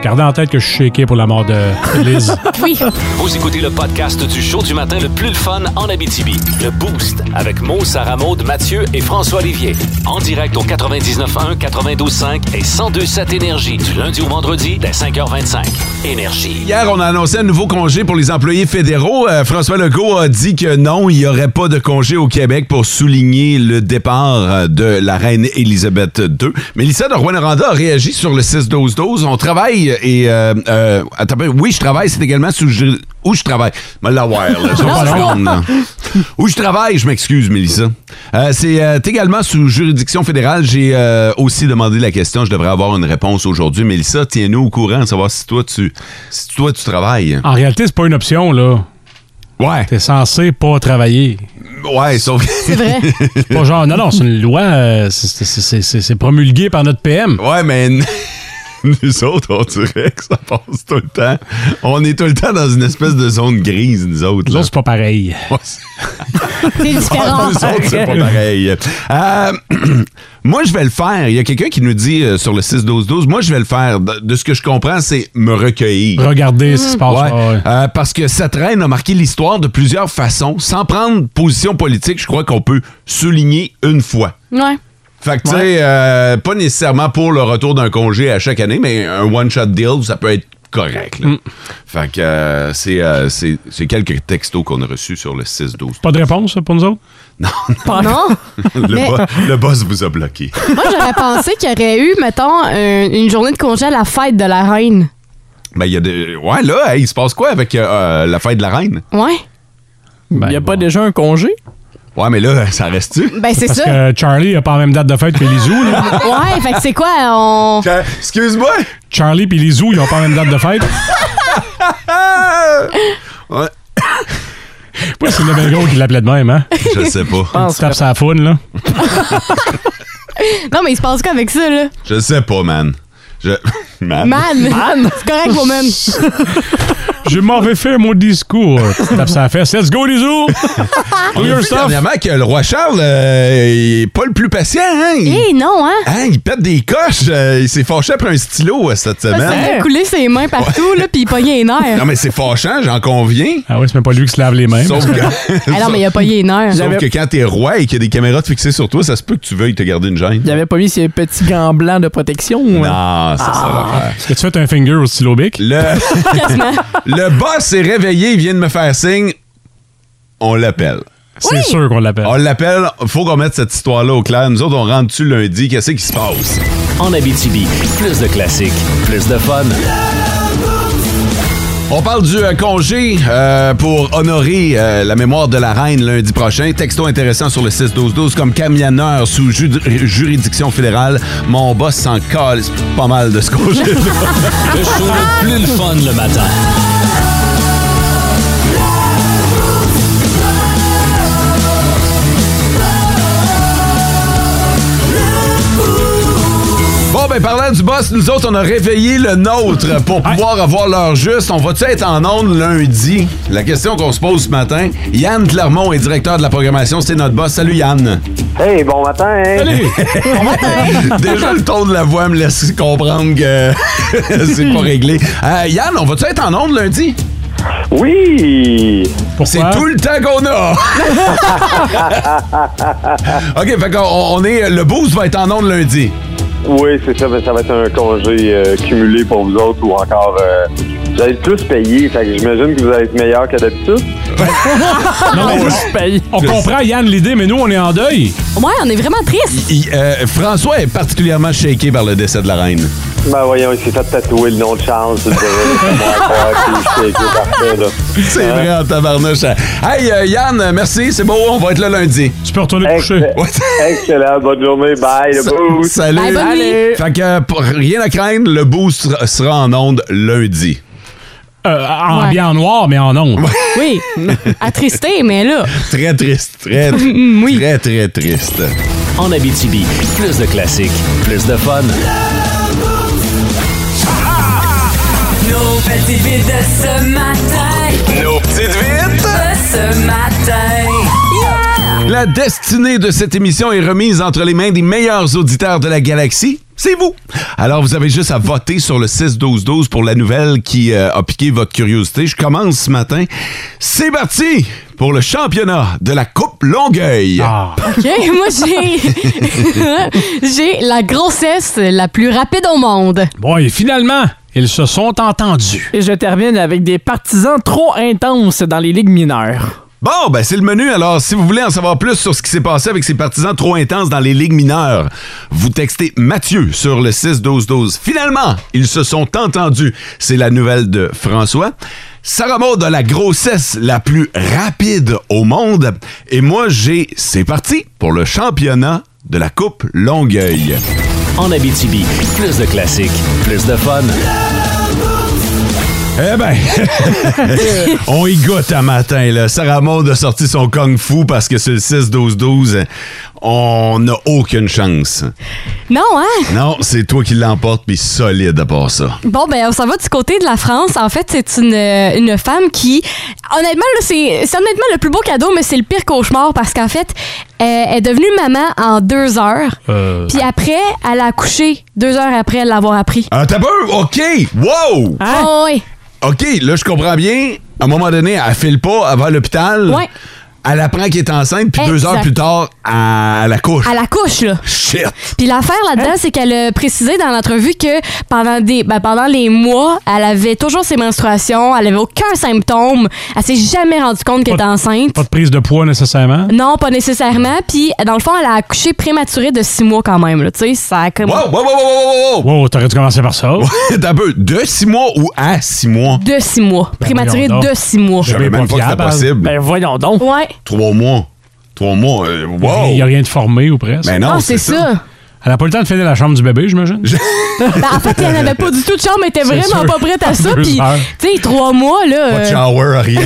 S6: Gardez en tête que je suis shaké pour la mort de Liz.
S5: Oui.
S10: Vous écoutez le podcast du show du matin le plus le fun en Abitibi. Le Boost avec Mo, Sarah Maud, Mathieu et François Olivier. En direct au 99.1, 92.5 et 102.7 Énergie du lundi au vendredi dès 5h25. Énergie.
S3: Hier, on a annoncé un nouveau congé pour les employés fédéraux. Euh, François Legault a dit que non, il n'y aurait pas de congé au Québec pour souligner le départ euh, de la reine Élisabeth II. Mélissa de Rouen-Noranda a réagi sur le 6-12-12. On travaille et... euh, euh, attends, un peu. oui, je travaille, c'est également sous... ju- Où je travaille? Me l'avoir, là. Je vais pas le prendre, là. Où je travaille, je m'excuse, Mélissa. Euh, c'est euh, également sous juridiction fédérale. J'ai euh, aussi demandé la question. Je devrais avoir une réponse aujourd'hui. Mélissa, tiens-nous au courant de savoir si toi, tu, si toi, tu travailles.
S6: En réalité, c'est pas une option, là.
S3: Ouais.
S6: T'es censé pas travailler.
S3: Ouais, sauf C'est [laughs]
S5: vrai.
S6: C'est pas genre, non, non, c'est une loi, euh, c'est- c'est- c'est c'est- c'est promulgué par notre PM.
S3: Ouais, mais [laughs] nous autres, on dirait que ça passe tout le temps. On est tout le temps dans une espèce de zone grise, nous autres. Là,
S6: c'est pas pareil.
S5: C'est différent. [laughs]
S3: Ah, nous autres, c'est pas pareil. Euh, [clears throat] moi, je vais le faire. Il y a quelqu'un qui nous dit euh, sur le 6-12-12, moi, je vais le faire. De, de ce que je comprends, c'est me recueillir.
S6: Regarder ce qui se passe,
S3: Ouais.
S6: ouais, ouais.
S3: Euh, parce que cette reine a marqué l'histoire de plusieurs façons. Sans prendre position politique, je crois qu'on peut souligner une fois.
S5: Ouais.
S3: Fait que, tu sais, euh, pas nécessairement pour le retour d'un congé à chaque année, mais un one-shot deal, ça peut être correct.
S5: Mm.
S3: là. Fait que euh, c'est euh, c'est- c'est quelques textos qu'on a reçus sur le 6-12.
S6: Pas de réponse ça, pour nous autres?
S5: Non. [laughs]
S3: le,
S5: Mais-
S3: bo- le boss vous a bloqué.
S5: Moi, j'aurais pensé qu'il y aurait eu, mettons, un- une journée de congé à la fête de la reine.
S3: Ben, il y a des. Ouais, là, hey, il se passe quoi avec euh, euh, la fête de la reine?
S5: Ouais.
S4: Il
S6: Ben,
S4: n'y a pas déjà un congé?
S3: Ouais, mais là, ça reste-tu?
S5: Ben, c'est
S6: Parce
S5: ça.
S6: que Charlie a pas la même date de fête que Lizou. là.
S5: Ouais, fait que [laughs] c'est quoi? On.
S3: Cha- Excuse-moi!
S6: Charlie puis Lizou, ils ont pas la même date de fête.
S3: [laughs] Ouais,
S6: Pourquoi c'est le bel gros qui l'appelait de même, hein?
S3: je sais pas.
S6: [laughs] Tu tapes sa foune, là.
S5: Non, mais il se passe quoi avec ça, là?
S3: Je sais pas, man. Je. Man.
S5: Man! Ah. Man! [laughs] C'est correct, woman.
S6: Je m'en vais faire mon discours. Tu tapes sa fesse. Let's go, Lizou!
S3: [laughs] On
S6: Do
S3: a
S6: your
S3: vu
S6: stuff!
S3: dernièrement que le roi Charles, euh, il est pas le plus patient, hein? Il-
S5: Eh non, hein?
S3: Hein, il pète des coches. euh, il s'est fâché après un stylo euh, cette
S5: Ça
S3: semaine.
S5: a coulé ses mains partout, là, puis il pognait les nerfs.
S3: Non, mais c'est fâchant, j'en conviens.
S6: Ah oui, c'est même pas lui qui se lave les mains.
S3: Sauf que,
S5: Ah non, mais il
S3: [laughs]
S5: a pogné les nerfs.
S3: sauf que quand t'es roi et qu'il y a des caméras de fixées sur toi, ça se peut que tu veuilles te garder une gêne.
S4: Il avait pas mis ses petits gants blancs de protection.
S3: Non,
S4: hein?
S3: ça, ça va faire.
S6: Est-ce que tu fais un finger au stylo bic?
S3: Le, [laughs] le boss est réveillé, il vient de me faire signe. On l'appelle.
S6: C'est sûr qu'on l'appelle.
S3: On l'appelle, faut qu'on mette cette histoire-là au clair. Nous autres, on rentre dessus lundi, qu'est-ce qui se passe?
S10: En Abitibi, plus de classiques, plus de fun.
S3: On parle du euh, congé euh, pour honorer euh, la mémoire de la reine lundi prochain. Texto intéressant sur le 6-12-12 comme camionneur sous ju- juridiction fédérale. Mon boss s'en colle pas mal de
S11: [laughs]
S3: ce
S5: [laughs]
S3: congé.
S10: Le show le plus le fun le matin.
S3: bon, ben parlant du boss, nous autres, on a réveillé le nôtre pour pouvoir avoir l'heure juste. On va-tu être en onde lundi? La question qu'on se pose ce matin, Yann Clermont est directeur de la programmation, c'est notre boss. Salut Yann.
S12: Hey, bon matin. hein?
S3: [laughs] Déjà, le ton de la voix me laisse comprendre que [laughs] c'est pas réglé. Euh, Yann, on va-tu être en onde lundi?
S12: Oui.
S3: C'est
S6: Pourquoi?
S3: tout le temps qu'on
S12: [laughs]
S3: a! OK, fait qu'on on est. Le boost va être en ondes lundi.
S12: Oui, c'est ça. mais Ça va être un congé euh, cumulé pour vous autres ou encore euh, Vous allez plus payer, fait que j'imagine que vous allez être meilleur qu'à d'habitude.
S5: [laughs]
S6: Non, on comprend, Yann, l'idée, mais nous, on est en deuil.
S5: Ouais, on est vraiment triste.
S3: Il- euh, François est particulièrement shaké par le décès de la reine. [laughs]
S12: Ben voyons, il s'est fait tatouer le nom de Charles. sur le [laughs] brevet.
S3: C'est
S6: Ah.
S3: vrai, en tabarnouche. Hey, euh, Yann, euh, merci, c'est beau, on va être là lundi. Tu peux retourner coucher.
S12: Excellent, [laughs] bonne journée, bye, le boost.
S3: Salut. Fait que, euh, pour rien à craindre, le boost sera- sera en onde lundi.
S6: Euh, en bien en noir, mais en ondes.
S5: Oui, attristé, mais là.
S3: Très triste, très, très, très triste.
S10: En Abitibi, plus de classiques, plus de fun.
S11: Nos petites vites de ce matin. Nos petites vites de ce matin.
S3: La destinée de cette émission est remise entre les mains des meilleurs auditeurs de la galaxie. C'est vous! Alors, vous avez juste à voter sur le 6-12-12 pour la nouvelle qui euh, a piqué votre curiosité. Je commence ce matin. C'est parti pour le championnat de la Coupe Longueuil.
S6: Ah.
S5: OK, moi, j'ai. [laughs] j'ai la grossesse la plus rapide au monde.
S6: Bon, et finalement, ils se sont entendus.
S4: Et je termine avec des partisans trop intenses dans les ligues mineures.
S3: Bon, ben c'est le menu. Alors, si vous voulez en savoir plus sur ce qui s'est passé avec ces partisans trop intenses dans les ligues mineures, vous textez Mathieu sur le 6-12-12. Finalement, ils se sont entendus. C'est la nouvelle de François. Sarah Maud a la grossesse la plus rapide au monde. Et moi, j'ai C'est parti pour le championnat de la Coupe Longueuil.
S10: En Abitibi, plus de classiques, plus de fun.
S3: Eh ben, [laughs] on y goûte un matin. Là. Sarah Maud a sorti son Kung Fu parce que sur le 6-12-12, on n'a aucune chance.
S5: Non, hein?
S3: Non, c'est toi qui l'emporte, puis solide à part ça.
S5: Bon, ben, ça va du côté de la France. En fait, c'est une, euh, une femme qui, honnêtement, là, c'est c'est honnêtement le plus beau cadeau, mais c'est le pire cauchemar parce qu'en fait, euh, elle est devenue maman en deux heures. Puis après, elle a accouché deux heures après l'avoir appris.
S3: Ah, t'as peur? OK! Wow!
S5: Ah oui.
S3: OK, là, je comprends bien. À un moment donné, elle file pas, elle va à l'hôpital.
S5: Ouais.
S3: Elle apprend qu'elle est enceinte, puis deux
S5: Exact.
S3: heures plus tard, elle accouche.
S5: À la couche, là.
S3: Shit!
S5: Puis l'affaire là-dedans, c'est qu'elle a précisé dans l'entrevue que pendant des, ben, pendant les mois, elle avait toujours ses menstruations, elle avait aucun symptôme, elle s'est jamais rendue compte qu'elle était enceinte.
S6: Pas de prise de poids nécessairement.
S5: Non, pas nécessairement. Puis dans le fond, elle a accouché prématurée de six mois quand même. là. Tu sais, ça a comme
S3: Wow, wow, wow, wow, wow, wow!
S6: Wow, t'aurais dû commencer par
S3: [laughs]
S6: ça.
S3: T'as peur? De six mois ou à six mois?
S5: de six mois, prématurée
S3: voyons donc.
S5: de six mois.
S3: Je savais même pas que c'était possible.
S4: Ben voyons donc.
S5: Ouais.
S3: Trois mois. Trois mois. euh, wow!
S6: Il n'y a rien de formé ou presque.
S3: Ben non, Ah, c'est c'est ça.
S6: Elle n'a pas eu le temps de finir la chambre du bébé,
S3: [laughs]
S6: j'imagine.
S5: Ben, en fait, elle n'avait pas du tout de chambre, elle était
S6: C'est
S5: vraiment
S6: sûr.
S5: pas prête à ça.
S6: Deux
S5: Puis,
S6: heures.
S5: tu sais, trois mois là.
S3: Pas de
S5: euh,
S3: shower, Ah [laughs] rien.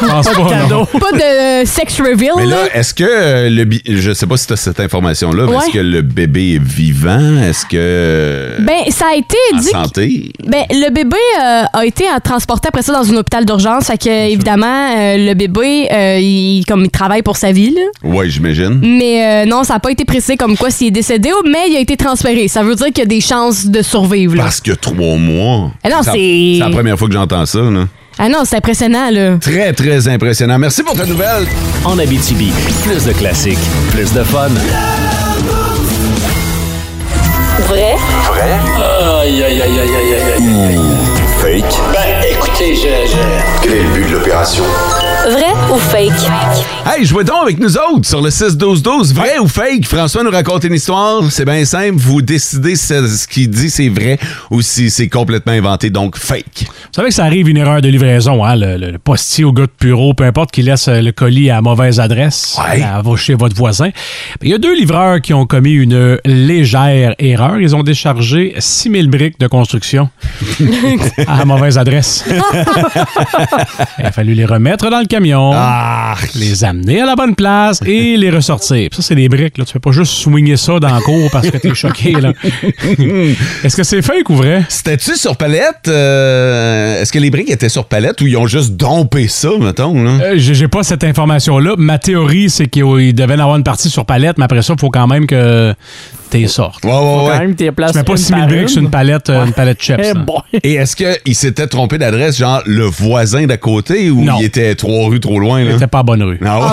S6: Pense
S5: pas de cadeau. Pas de euh, sex reveal.
S3: Mais
S5: là.
S3: là, est-ce que euh, le bi- je sais pas si tu as cette information là, mais
S5: Ouais.
S3: est-ce que le bébé est vivant Est-ce que euh,
S5: Ben, ça a été
S3: en
S5: dit.
S3: santé
S5: Ben, le bébé euh, a été euh, transporté après ça dans un hôpital d'urgence. Fait que, évidemment, euh, le bébé, euh, il, comme il travaille pour sa vie, là.
S3: Ouais, j'imagine.
S5: Mais euh, non, ça n'a pas été précisé comme quoi s'il est décédé, ou- mais il a été transféré. Ça veut dire qu'il y a des chances de survivre. Là.
S3: Parce que trois mois.
S5: Ah non,
S3: Ça-
S5: c'est-
S3: C'est la première fois que j'entends ça. là.
S5: Ah non, c'est impressionnant, là.
S3: Très très impressionnant. Merci pour ta nouvelle.
S10: En Abitibi, plus de classiques, plus de fun.
S11: Vrai? Vrai?
S10: Aïe, aïe, aïe, aïe, aïe, aïe,
S13: Mmh.
S10: Bah,
S13: Fake.
S11: Ben, écoutez, je.
S13: Quel est le but de l'opération?
S11: Vrai ou fake?
S3: [laughs] Hey, jouez donc avec nous autres sur le 6-12-12. Vrai ou fake? François nous raconte une histoire. C'est bien simple. Vous décidez si ce qu'il dit c'est vrai ou si c'est complètement inventé, donc fake.
S6: Vous savez que ça arrive une erreur de livraison, hein? Le, le- le postier au gars de bureau, peu importe, qui laisse euh, le colis à mauvaise adresse, à, va chez votre voisin. Ben, Il y a deux livreurs qui ont commis une légère erreur. Ils ont déchargé 6000 briques de construction à mauvaise adresse. Il a fallu les remettre dans le camion, les amener à la bonne place et les ressortir. Puis Ça, c'est des briques. Là. Tu ne peux pas juste swinguer ça dans le cours parce que tu es choqué. là. Est-ce que c'est fake ou vrai?
S3: C'était-tu sur palette? euh, Est-ce que les briques étaient sur palette ou ils ont juste dompé ça, mettons? Là?
S6: Euh, J'ai j'ai pas cette information-là. Ma théorie, c'est qu'il il devait en avoir une partie sur palette, mais après ça, il faut quand même que t'es sortes.
S3: Ouais, ouais, ouais.
S6: quand même tu mets pas 6000 briques sur une palette, euh, une palette chips. là.
S3: Et est-ce qu'il s'était trompé d'adresse, genre le voisin d'à côté ou il était trois rues trop loin? Il était
S6: pas à bonne rue.
S3: Ah, ouais?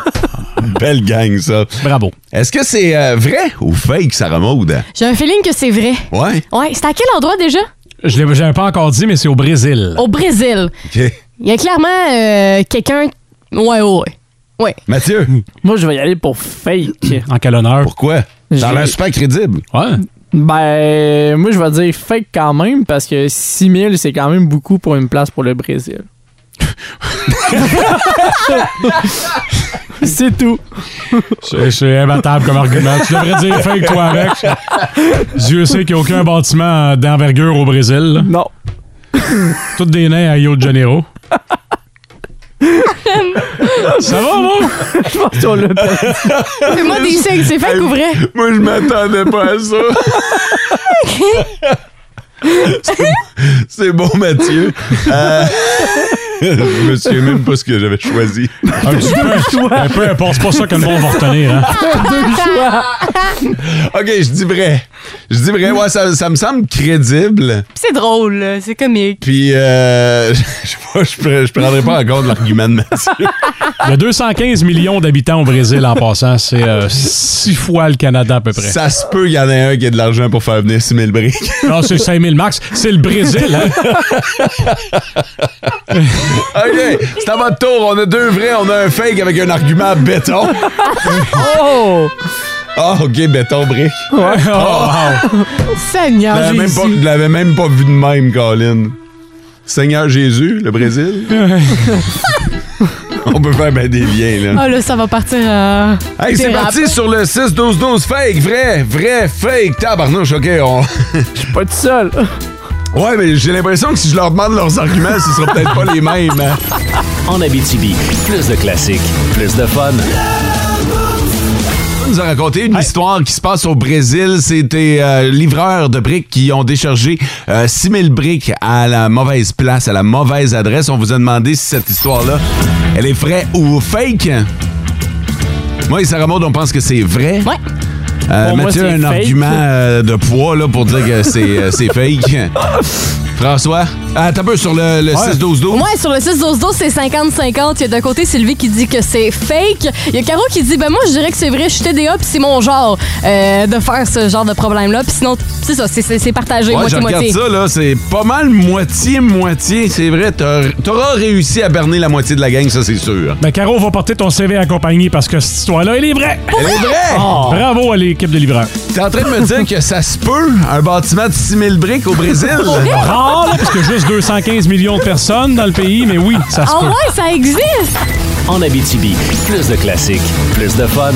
S3: [laughs] Belle gang, ça.
S6: Bravo.
S3: Est-ce que c'est euh, vrai ou fake, Sarah Maud?
S5: J'ai un feeling que c'est vrai.
S3: Ouais. [laughs]
S5: Ouais, c'est à quel endroit déjà?
S6: Je l'ai j'avais pas encore dit, mais c'est au Brésil.
S5: Au Brésil.
S3: OK.
S5: Il y a clairement euh, quelqu'un. Ouais, ouais, ouais. Ouais.
S3: Mathieu.
S4: Moi, je vais y aller pour fake.
S6: En quel honneur?
S3: Pourquoi?
S4: J'ai-
S3: T'as l'air super crédible.
S6: Ouais.
S4: Ben, moi, je vais dire fake quand même, parce que 6000, c'est quand même beaucoup pour une place pour le Brésil. c'est tout.
S6: C'est c'est imbattable comme argument. Tu devrais dire fake toi avec. [laughs] Dieu sait qu'il n'y a aucun bâtiment d'envergure au Brésil.
S4: Non.
S6: Toutes des nains à Rio de Janeiro. Ça va, moi?
S4: [laughs] Je pense qu'on l'a perdu.
S5: Fais-moi des signes, c'est fake ou vrai?
S3: Moi, je m'attendais pas à ça. C'est- C'est bon, Mathieu. Euh, [laughs] je me souviens même pas ce que j'avais choisi.
S6: Un petit peu. Un peu importe, c'est pas ça que le monde va retenir. Hein?
S4: Deux choix.
S3: [laughs] OK, je dis vrai. Je dis vrai. Ouais, ça, ça me semble crédible.
S5: Puis C'est drôle, là, c'est comique.
S3: Puis, euh, [laughs] je sais pas, je, pr- je prendrai pas en compte l'argument de Mathieu.
S6: [laughs] Il y a 215 millions d'habitants au Brésil en passant. C'est euh, six fois le Canada à peu près.
S3: Ça se peut qu'il y en ait un qui ait de l'argent pour faire venir 6 000 briques.
S6: [laughs] Non, c'est 5000 max. C'est le Brésil, hein?
S3: [laughs] OK, c'est à votre tour. On a deux vrais, on a un fake avec un argument béton.
S4: [laughs] oh!
S3: Ah, OK, béton brique.
S4: Ouais.
S6: Oh,
S4: Oh,
S3: Je
S4: [laughs]
S5: Seigneur
S6: Ben,
S3: l'avais même pas-
S5: Jésus.
S3: je l'avais même pas vu de même, Colin. Seigneur Jésus, le Brésil. On peut faire ben des liens, là.
S5: [laughs] Ah là, ça va partir euh, à.
S3: Hey, c'est parti sur le 6-12-12. Fake, vrai, vrai, fake. Tabarnouche, OK, on... Je suis
S4: pas tout seul.
S3: Ouais, mais j'ai l'impression que si je leur demande leurs arguments, ce sera peut-être pas les mêmes. hein.
S10: En Abitibi, plus de classiques, plus de fun.
S3: Tu nous a raconté une histoire qui se passe au Brésil. C'est des euh, livreurs de briques qui ont déchargé euh, 6000 briques à la mauvaise place, à la mauvaise adresse. On vous a demandé si cette histoire-là, elle est vraie ou fake. Moi et Sarah Maud, on pense que c'est vrai.
S5: Ouais.
S3: Euh,
S4: Pour moi,
S3: Mathieu a
S4: c'est
S3: un
S4: fake.
S3: argument euh, de poids là, pour dire que c'est euh,
S4: [laughs]
S3: c'est fake. François, ah, t'as un peu sur le, le 6-12-12.
S5: Ouais, sur le 6-12-12, c'est 50-50. Il y a d'un côté Sylvie qui dit que c'est fake. Il y a Caro qui dit, ben moi, je dirais que c'est vrai, je suis TDA, puis c'est mon genre euh, de faire ce genre de problème-là. Puis sinon, c'est ça, c'est- c'est c'est partagé,
S3: Ouais, je regarde
S5: moitié-moitié.
S3: ça, là, c'est pas mal moitié-moitié, c'est vrai. T'as- T'auras réussi à berner la moitié de la gang, ça, c'est sûr.
S6: Ben, Caro va porter ton CV accompagné parce que cette histoire-là, elle est vraie.
S3: Elle est vraie!
S6: Oh. Bravo à l'équipe de livreurs.
S3: T'es en train de me dire que
S5: [laughs]
S3: ça se peut, un bâtiment de 6000 briques au Brésil?
S6: [laughs] Rare, là, parce que juste 215 millions de personnes dans le pays, mais oui, ça se
S5: Ah
S6: peut.
S5: ouais, ça existe!
S10: En Abitibi, plus de classiques, plus de fun.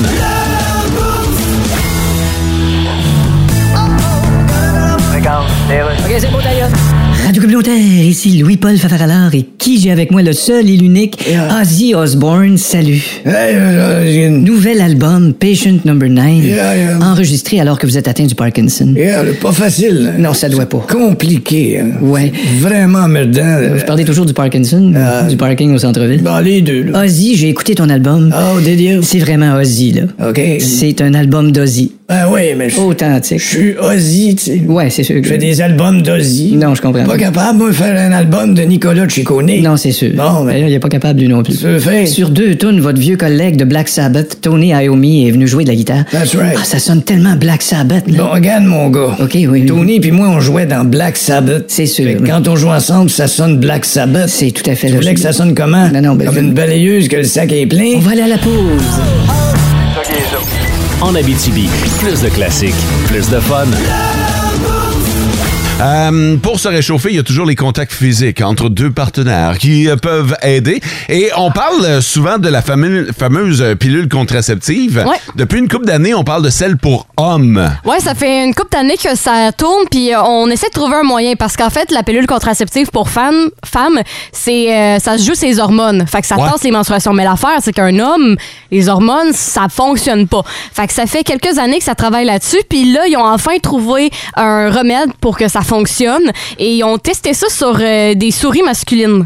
S9: OK, c'est bon, d'ailleurs. Radio Communautaire, ici Louis-Paul Fafaralard et qui j'ai avec moi le seul et l'unique
S8: euh,
S9: Ozzy Osbourne, salut. Nouvel album, Patient Number 9,
S8: euh,
S14: Yeah, yeah.
S9: enregistré alors que vous êtes atteint du Parkinson.
S14: Yeah, pas facile. hein.
S9: Non, ça doit pas.
S14: Compliqué. hein.
S9: Ouais.
S14: Vraiment emmerdant.
S9: Vous parlez toujours du Parkinson, du parking au centre-ville?
S14: Bah, les deux. là.
S9: Ozzy, j'ai écouté ton album.
S14: Oh, did you?
S9: C'est vraiment Ozzy, là.
S14: OK.
S9: C'est un album d'Ozzy.
S14: Ben oui, mais je
S9: Authentique.
S14: je suis Ozzy, tu sais.
S9: Ouais, c'est sûr. que-
S14: Je fais des albums d'Ozzy.
S9: Non, je comprends.
S14: Pas capable, moi, de faire un album de Nicolas Ciccone.
S9: Non, c'est sûr.
S14: Bon,
S9: D'ailleurs,
S14: mais...
S9: il n'est pas capable du non plus.
S14: C'est fait.
S9: Sur deux tunes, votre vieux collègue de Black Sabbath, Tony Iommi, est venu jouer de la guitare.
S14: That's right.
S9: Ah, ça sonne tellement Black Sabbath. là.
S14: Bon, regarde, mon gars.
S9: OK, oui, oui.
S14: Tony puis moi, on jouait dans Black Sabbath.
S9: C'est sûr.
S14: Fait que Quand on joue ensemble, ça sonne Black Sabbath.
S9: C'est tout à fait
S14: Tu voulais
S9: logique.
S14: que ça sonne comment?
S9: Non, non, ben,
S14: Comme
S9: je-
S14: une balayeuse que le sac est plein?
S9: On va aller à la pause.
S10: En Abitibi, plus de classiques, plus de fun.
S3: Euh, pour se réchauffer, il y a toujours les contacts physiques entre deux partenaires qui euh, peuvent aider. Et on parle euh, souvent de la famine- fameuse euh, pilule contraceptive.
S5: Ouais.
S3: Depuis une couple d'années, on parle de celle pour hommes.
S5: Ouais, ça fait une couple d'années que ça tourne, puis euh, on essaie de trouver un moyen parce qu'en fait, la pilule contraceptive pour femmes, femmes, c'est euh, ça se joue ses hormones. Fait que ça
S3: Ouais.
S5: tasse les menstruations. Mais l'affaire, c'est qu'un homme, les hormones, ça fonctionne pas. Fait que ça fait quelques années que ça travaille là-dessus, puis là, ils ont enfin trouvé un remède pour que ça fonctionne et ils ont testé ça sur euh, des souris masculines.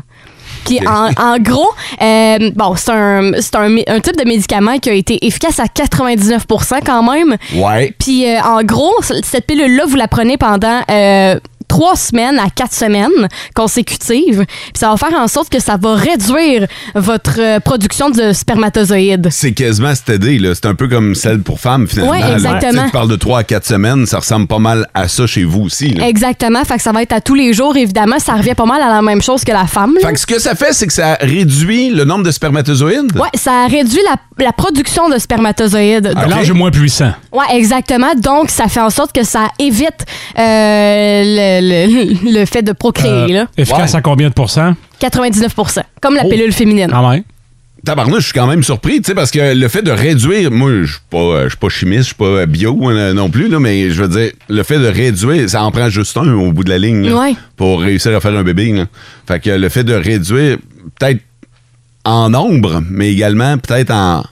S5: Puis en, en gros, euh, bon, c'est un, c'est un, mé- un type de médicament qui a été efficace à 99 quand même.
S3: Ouais.
S5: Puis euh, en gros, c- cette pilule-là, vous la prenez pendant euh, trois semaines à quatre semaines consécutives. Puis ça va faire en sorte que ça va réduire votre euh, production de spermatozoïdes.
S3: C'est quasiment stédé, là. C'est un peu comme celle pour femmes, finalement.
S5: Ouais,
S3: là.
S5: exactement.
S3: Tu sais, tu parles de 3 à 4 semaines, ça ressemble pas mal à ça chez vous aussi. là.
S5: Exactement. Fait que ça va être à tous les jours. Évidemment, ça revient pas mal à la même chose que la femme. là.
S3: Fait que ce que ça fait, c'est que ça réduit le nombre de spermatozoïdes.
S5: Ouais, ça réduit la, la production de spermatozoïdes.
S6: Un
S3: Ah,
S5: Donc-
S6: large moins puissant.
S5: Oui, exactement. Donc, ça fait en sorte que ça évite euh, le, le- le fait de procréer.
S6: Euh,
S5: là.
S6: Efficace à combien de pourcents?
S5: 99 comme la pilule féminine.
S6: Ah ouais.
S3: Tabarnouche, je suis quand même surpris, tu sais, parce que le fait de réduire, moi, je suis pas, euh, je suis pas chimiste, je suis pas bio euh, non plus, là, mais je veux dire, le fait de réduire, ça en prend juste un au bout de la ligne là,
S5: Ouais.
S3: pour réussir à faire un bébé. là. Fait que le fait de réduire, peut-être en nombre, mais également peut-être en.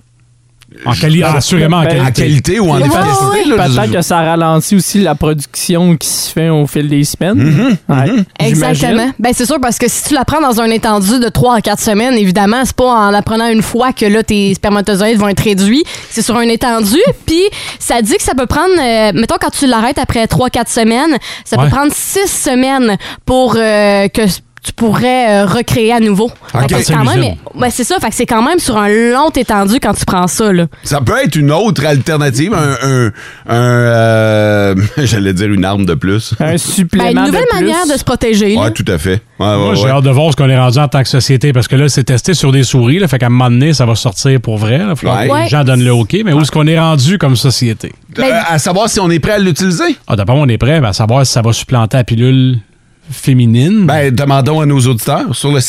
S3: Ben,
S6: En quali- assurément en qualité.
S3: ou en
S4: Ben, Ouais,
S3: efficacité.
S4: ouais.
S3: là, je-
S4: Peut-être que ça ralentit aussi la production qui se fait au fil des semaines.
S13: Mhm,
S4: Ouais. J'imagine.
S5: Exactement. Ben, c'est sûr, parce que si tu la prends dans un étendu de 3 à 4 semaines, évidemment, c'est pas en la prenant une fois que là, tes spermatozoïdes vont être réduits. C'est sur un étendu. Puis, ça dit que ça peut prendre, euh, mettons, quand tu l'arrêtes après 3-4 semaines, ça
S3: Ouais.
S5: peut prendre 6 semaines pour euh, que tu pourrais euh, recréer à nouveau. Fait
S3: Ok.
S5: que c'est quand
S3: C'est
S5: même,
S3: l'usine.
S5: ben, c'est ça. Fait que c'est quand même sur un long étendu quand tu prends ça, là.
S3: Ça peut être une autre alternative, un, un, un, euh, [laughs] j'allais dire une arme de plus.
S4: Un
S5: Ben,
S4: supplément
S5: une nouvelle manière de se protéger. là.
S3: Ouais, tout à fait. Ouais, ouais,
S6: Moi, j'ai
S3: ouais.
S6: hâte de voir ce qu'on est rendu en tant que société parce que là, c'est testé sur des souris. Là, fait qu'à un moment donné, ça va sortir pour vrai. là. Faut que
S3: Ouais.
S6: Les gens donnent le OK, mais où est-ce qu'on est rendu comme société?
S3: Euh, à savoir si on est prêt à l'utiliser.
S6: Ah, d'après moi, on est prêt mais à savoir si ça va supplanter la pilule féminine.
S3: Ben, demandons à nos auditeurs sur le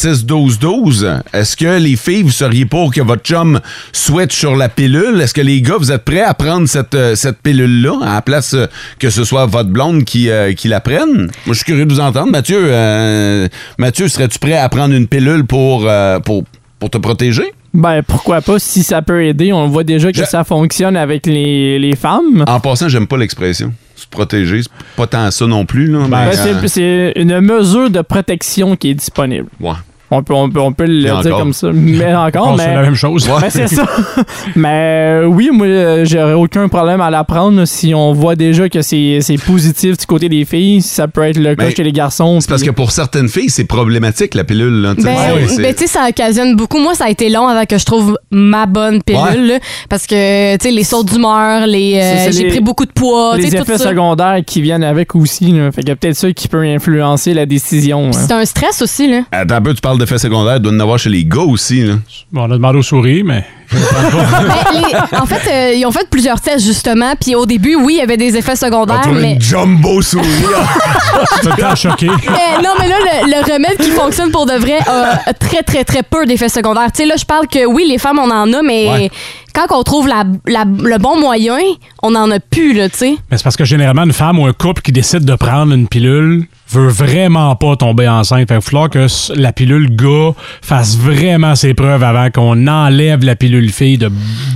S3: 6-12-12, est-ce que les filles, vous seriez pour que votre chum souhaite sur la pilule? Est-ce que les gars, vous êtes prêts à prendre cette, euh, cette pilule-là à la place euh, que ce soit votre blonde qui, euh, qui la prenne? Moi, je suis curieux de vous entendre. Mathieu, euh, Mathieu, serais-tu prêt à prendre une pilule pour, euh, pour, pour te protéger?
S4: Ben, pourquoi pas, si ça peut aider. On voit déjà que ça fonctionne avec les, les femmes.
S3: En passant, j'aime pas l'expression. Se protéger, c'est pas tant ça non plus. Là,
S4: Ben,
S3: mais,
S4: c'est-
S3: euh,
S4: c'est une mesure de protection qui est disponible.
S3: ouais.
S4: On peut, on peut, on peut le
S3: Et
S4: dire
S3: encore.
S4: comme ça. Mais encore,
S3: [laughs] On
S4: mais.
S3: fait la même chose.
S4: Mais c'est
S3: [laughs]
S4: ça. mais euh, oui, moi, euh, j'aurais aucun problème à l'apprendre si on voit déjà que c'est c'est positif du côté des filles. Ça peut être le cas
S3: Mais
S4: chez les garçons.
S3: C'est parce que
S4: puis-
S3: pour certaines filles, c'est problématique la pilule. Là, tu sais.
S5: Ben,
S3: Ah C'est-
S5: ben, tu sais, ça occasionne beaucoup. Moi, ça a été long avant que je trouve ma bonne pilule.
S3: Ouais.
S5: là, parce que, tu sais, les sauts d'humeur, les, euh,
S4: C'est- c'est
S5: j'ai
S4: les-
S5: pris beaucoup de poids, tu
S4: les
S5: sais, tout
S4: effets
S5: ça.
S4: secondaires qui viennent avec aussi. là. Fait que peut-être ça qui peut influencer la décision. hein.
S5: C'est un stress aussi,
S3: [laughs]
S5: là.
S3: Attends un peu, tu parles d'effets secondaires, il doit y en avoir chez les gars aussi. Là.
S6: Bon, on a demandé aux souris, mais.
S5: Ben, les- en fait, euh, ils ont fait plusieurs tests, justement. Puis au début, oui, il y avait des effets secondaires, Ah, mais. [laughs]
S3: jumbo souris.
S6: [laughs] Tout le temps choqué.
S5: Mais Eh, non, mais là, le, le remède qui fonctionne pour de vrai a très, très, très peu d'effets secondaires. Tu sais, là, je parle que oui, les femmes, on en a, mais
S6: Ouais.
S5: quand on trouve la, la- le bon moyen, on en a plus, là, tu sais.
S6: Mais c'est parce que généralement, une femme ou un couple qui décide de prendre une pilule veut vraiment pas tomber enceinte. Fait qu'il va falloir que s- la pilule gars fasse vraiment ses preuves avant qu'on enlève la pilule fille de,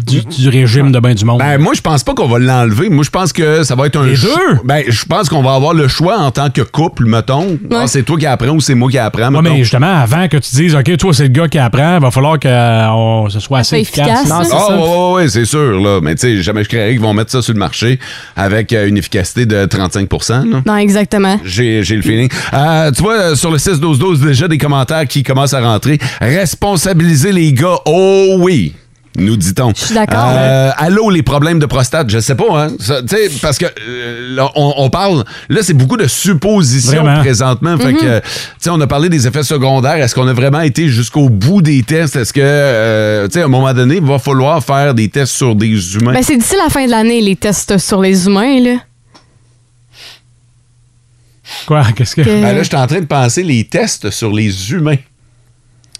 S6: du, du régime de bain du monde.
S3: Ben, moi, je pense pas qu'on va l'enlever. Moi, je pense que ça va être un.
S6: Les
S3: choix. Ben, je pense qu'on va avoir le choix en tant que couple, mettons. Ah, c'est toi qui apprends ou c'est moi qui apprends,
S6: Ouais,
S3: mettons.
S6: Ah, mais justement, avant que tu dises, OK, toi, c'est le gars qui apprend, il va falloir que euh, on- ce soit assez efficace.
S3: Ah, ouais, ouais, ouais, c'est sûr, là. Mais tu sais, jamais je créerais qu'ils vont mettre ça sur le marché avec euh, une efficacité de 35 là.
S5: Non, exactement.
S3: J'ai j'ai le feeling. Euh, tu vois, euh, sur le 6-12-12, déjà des commentaires qui commencent à rentrer. Responsabiliser les gars, oh oui! Nous dit-on. Je
S5: suis d'accord.
S3: Allô, les problèmes de prostate, je sais pas, hein. Ça, Tu sais, parce que euh, là, on, on parle, là, c'est beaucoup de suppositions
S6: Vraiment.
S3: présentement. Fait que,
S6: Mhm.
S3: euh, tu sais, on a parlé des effets secondaires. Est-ce qu'on a vraiment été jusqu'au bout des tests? Est-ce que, euh, tu sais, à un moment donné, il va falloir faire des tests sur des humains?
S5: Ben, c'est d'ici la fin de l'année, les tests sur les humains, là.
S6: Quoi? Qu'est-ce que.
S3: Ben là, je suis en train de penser les tests sur les humains.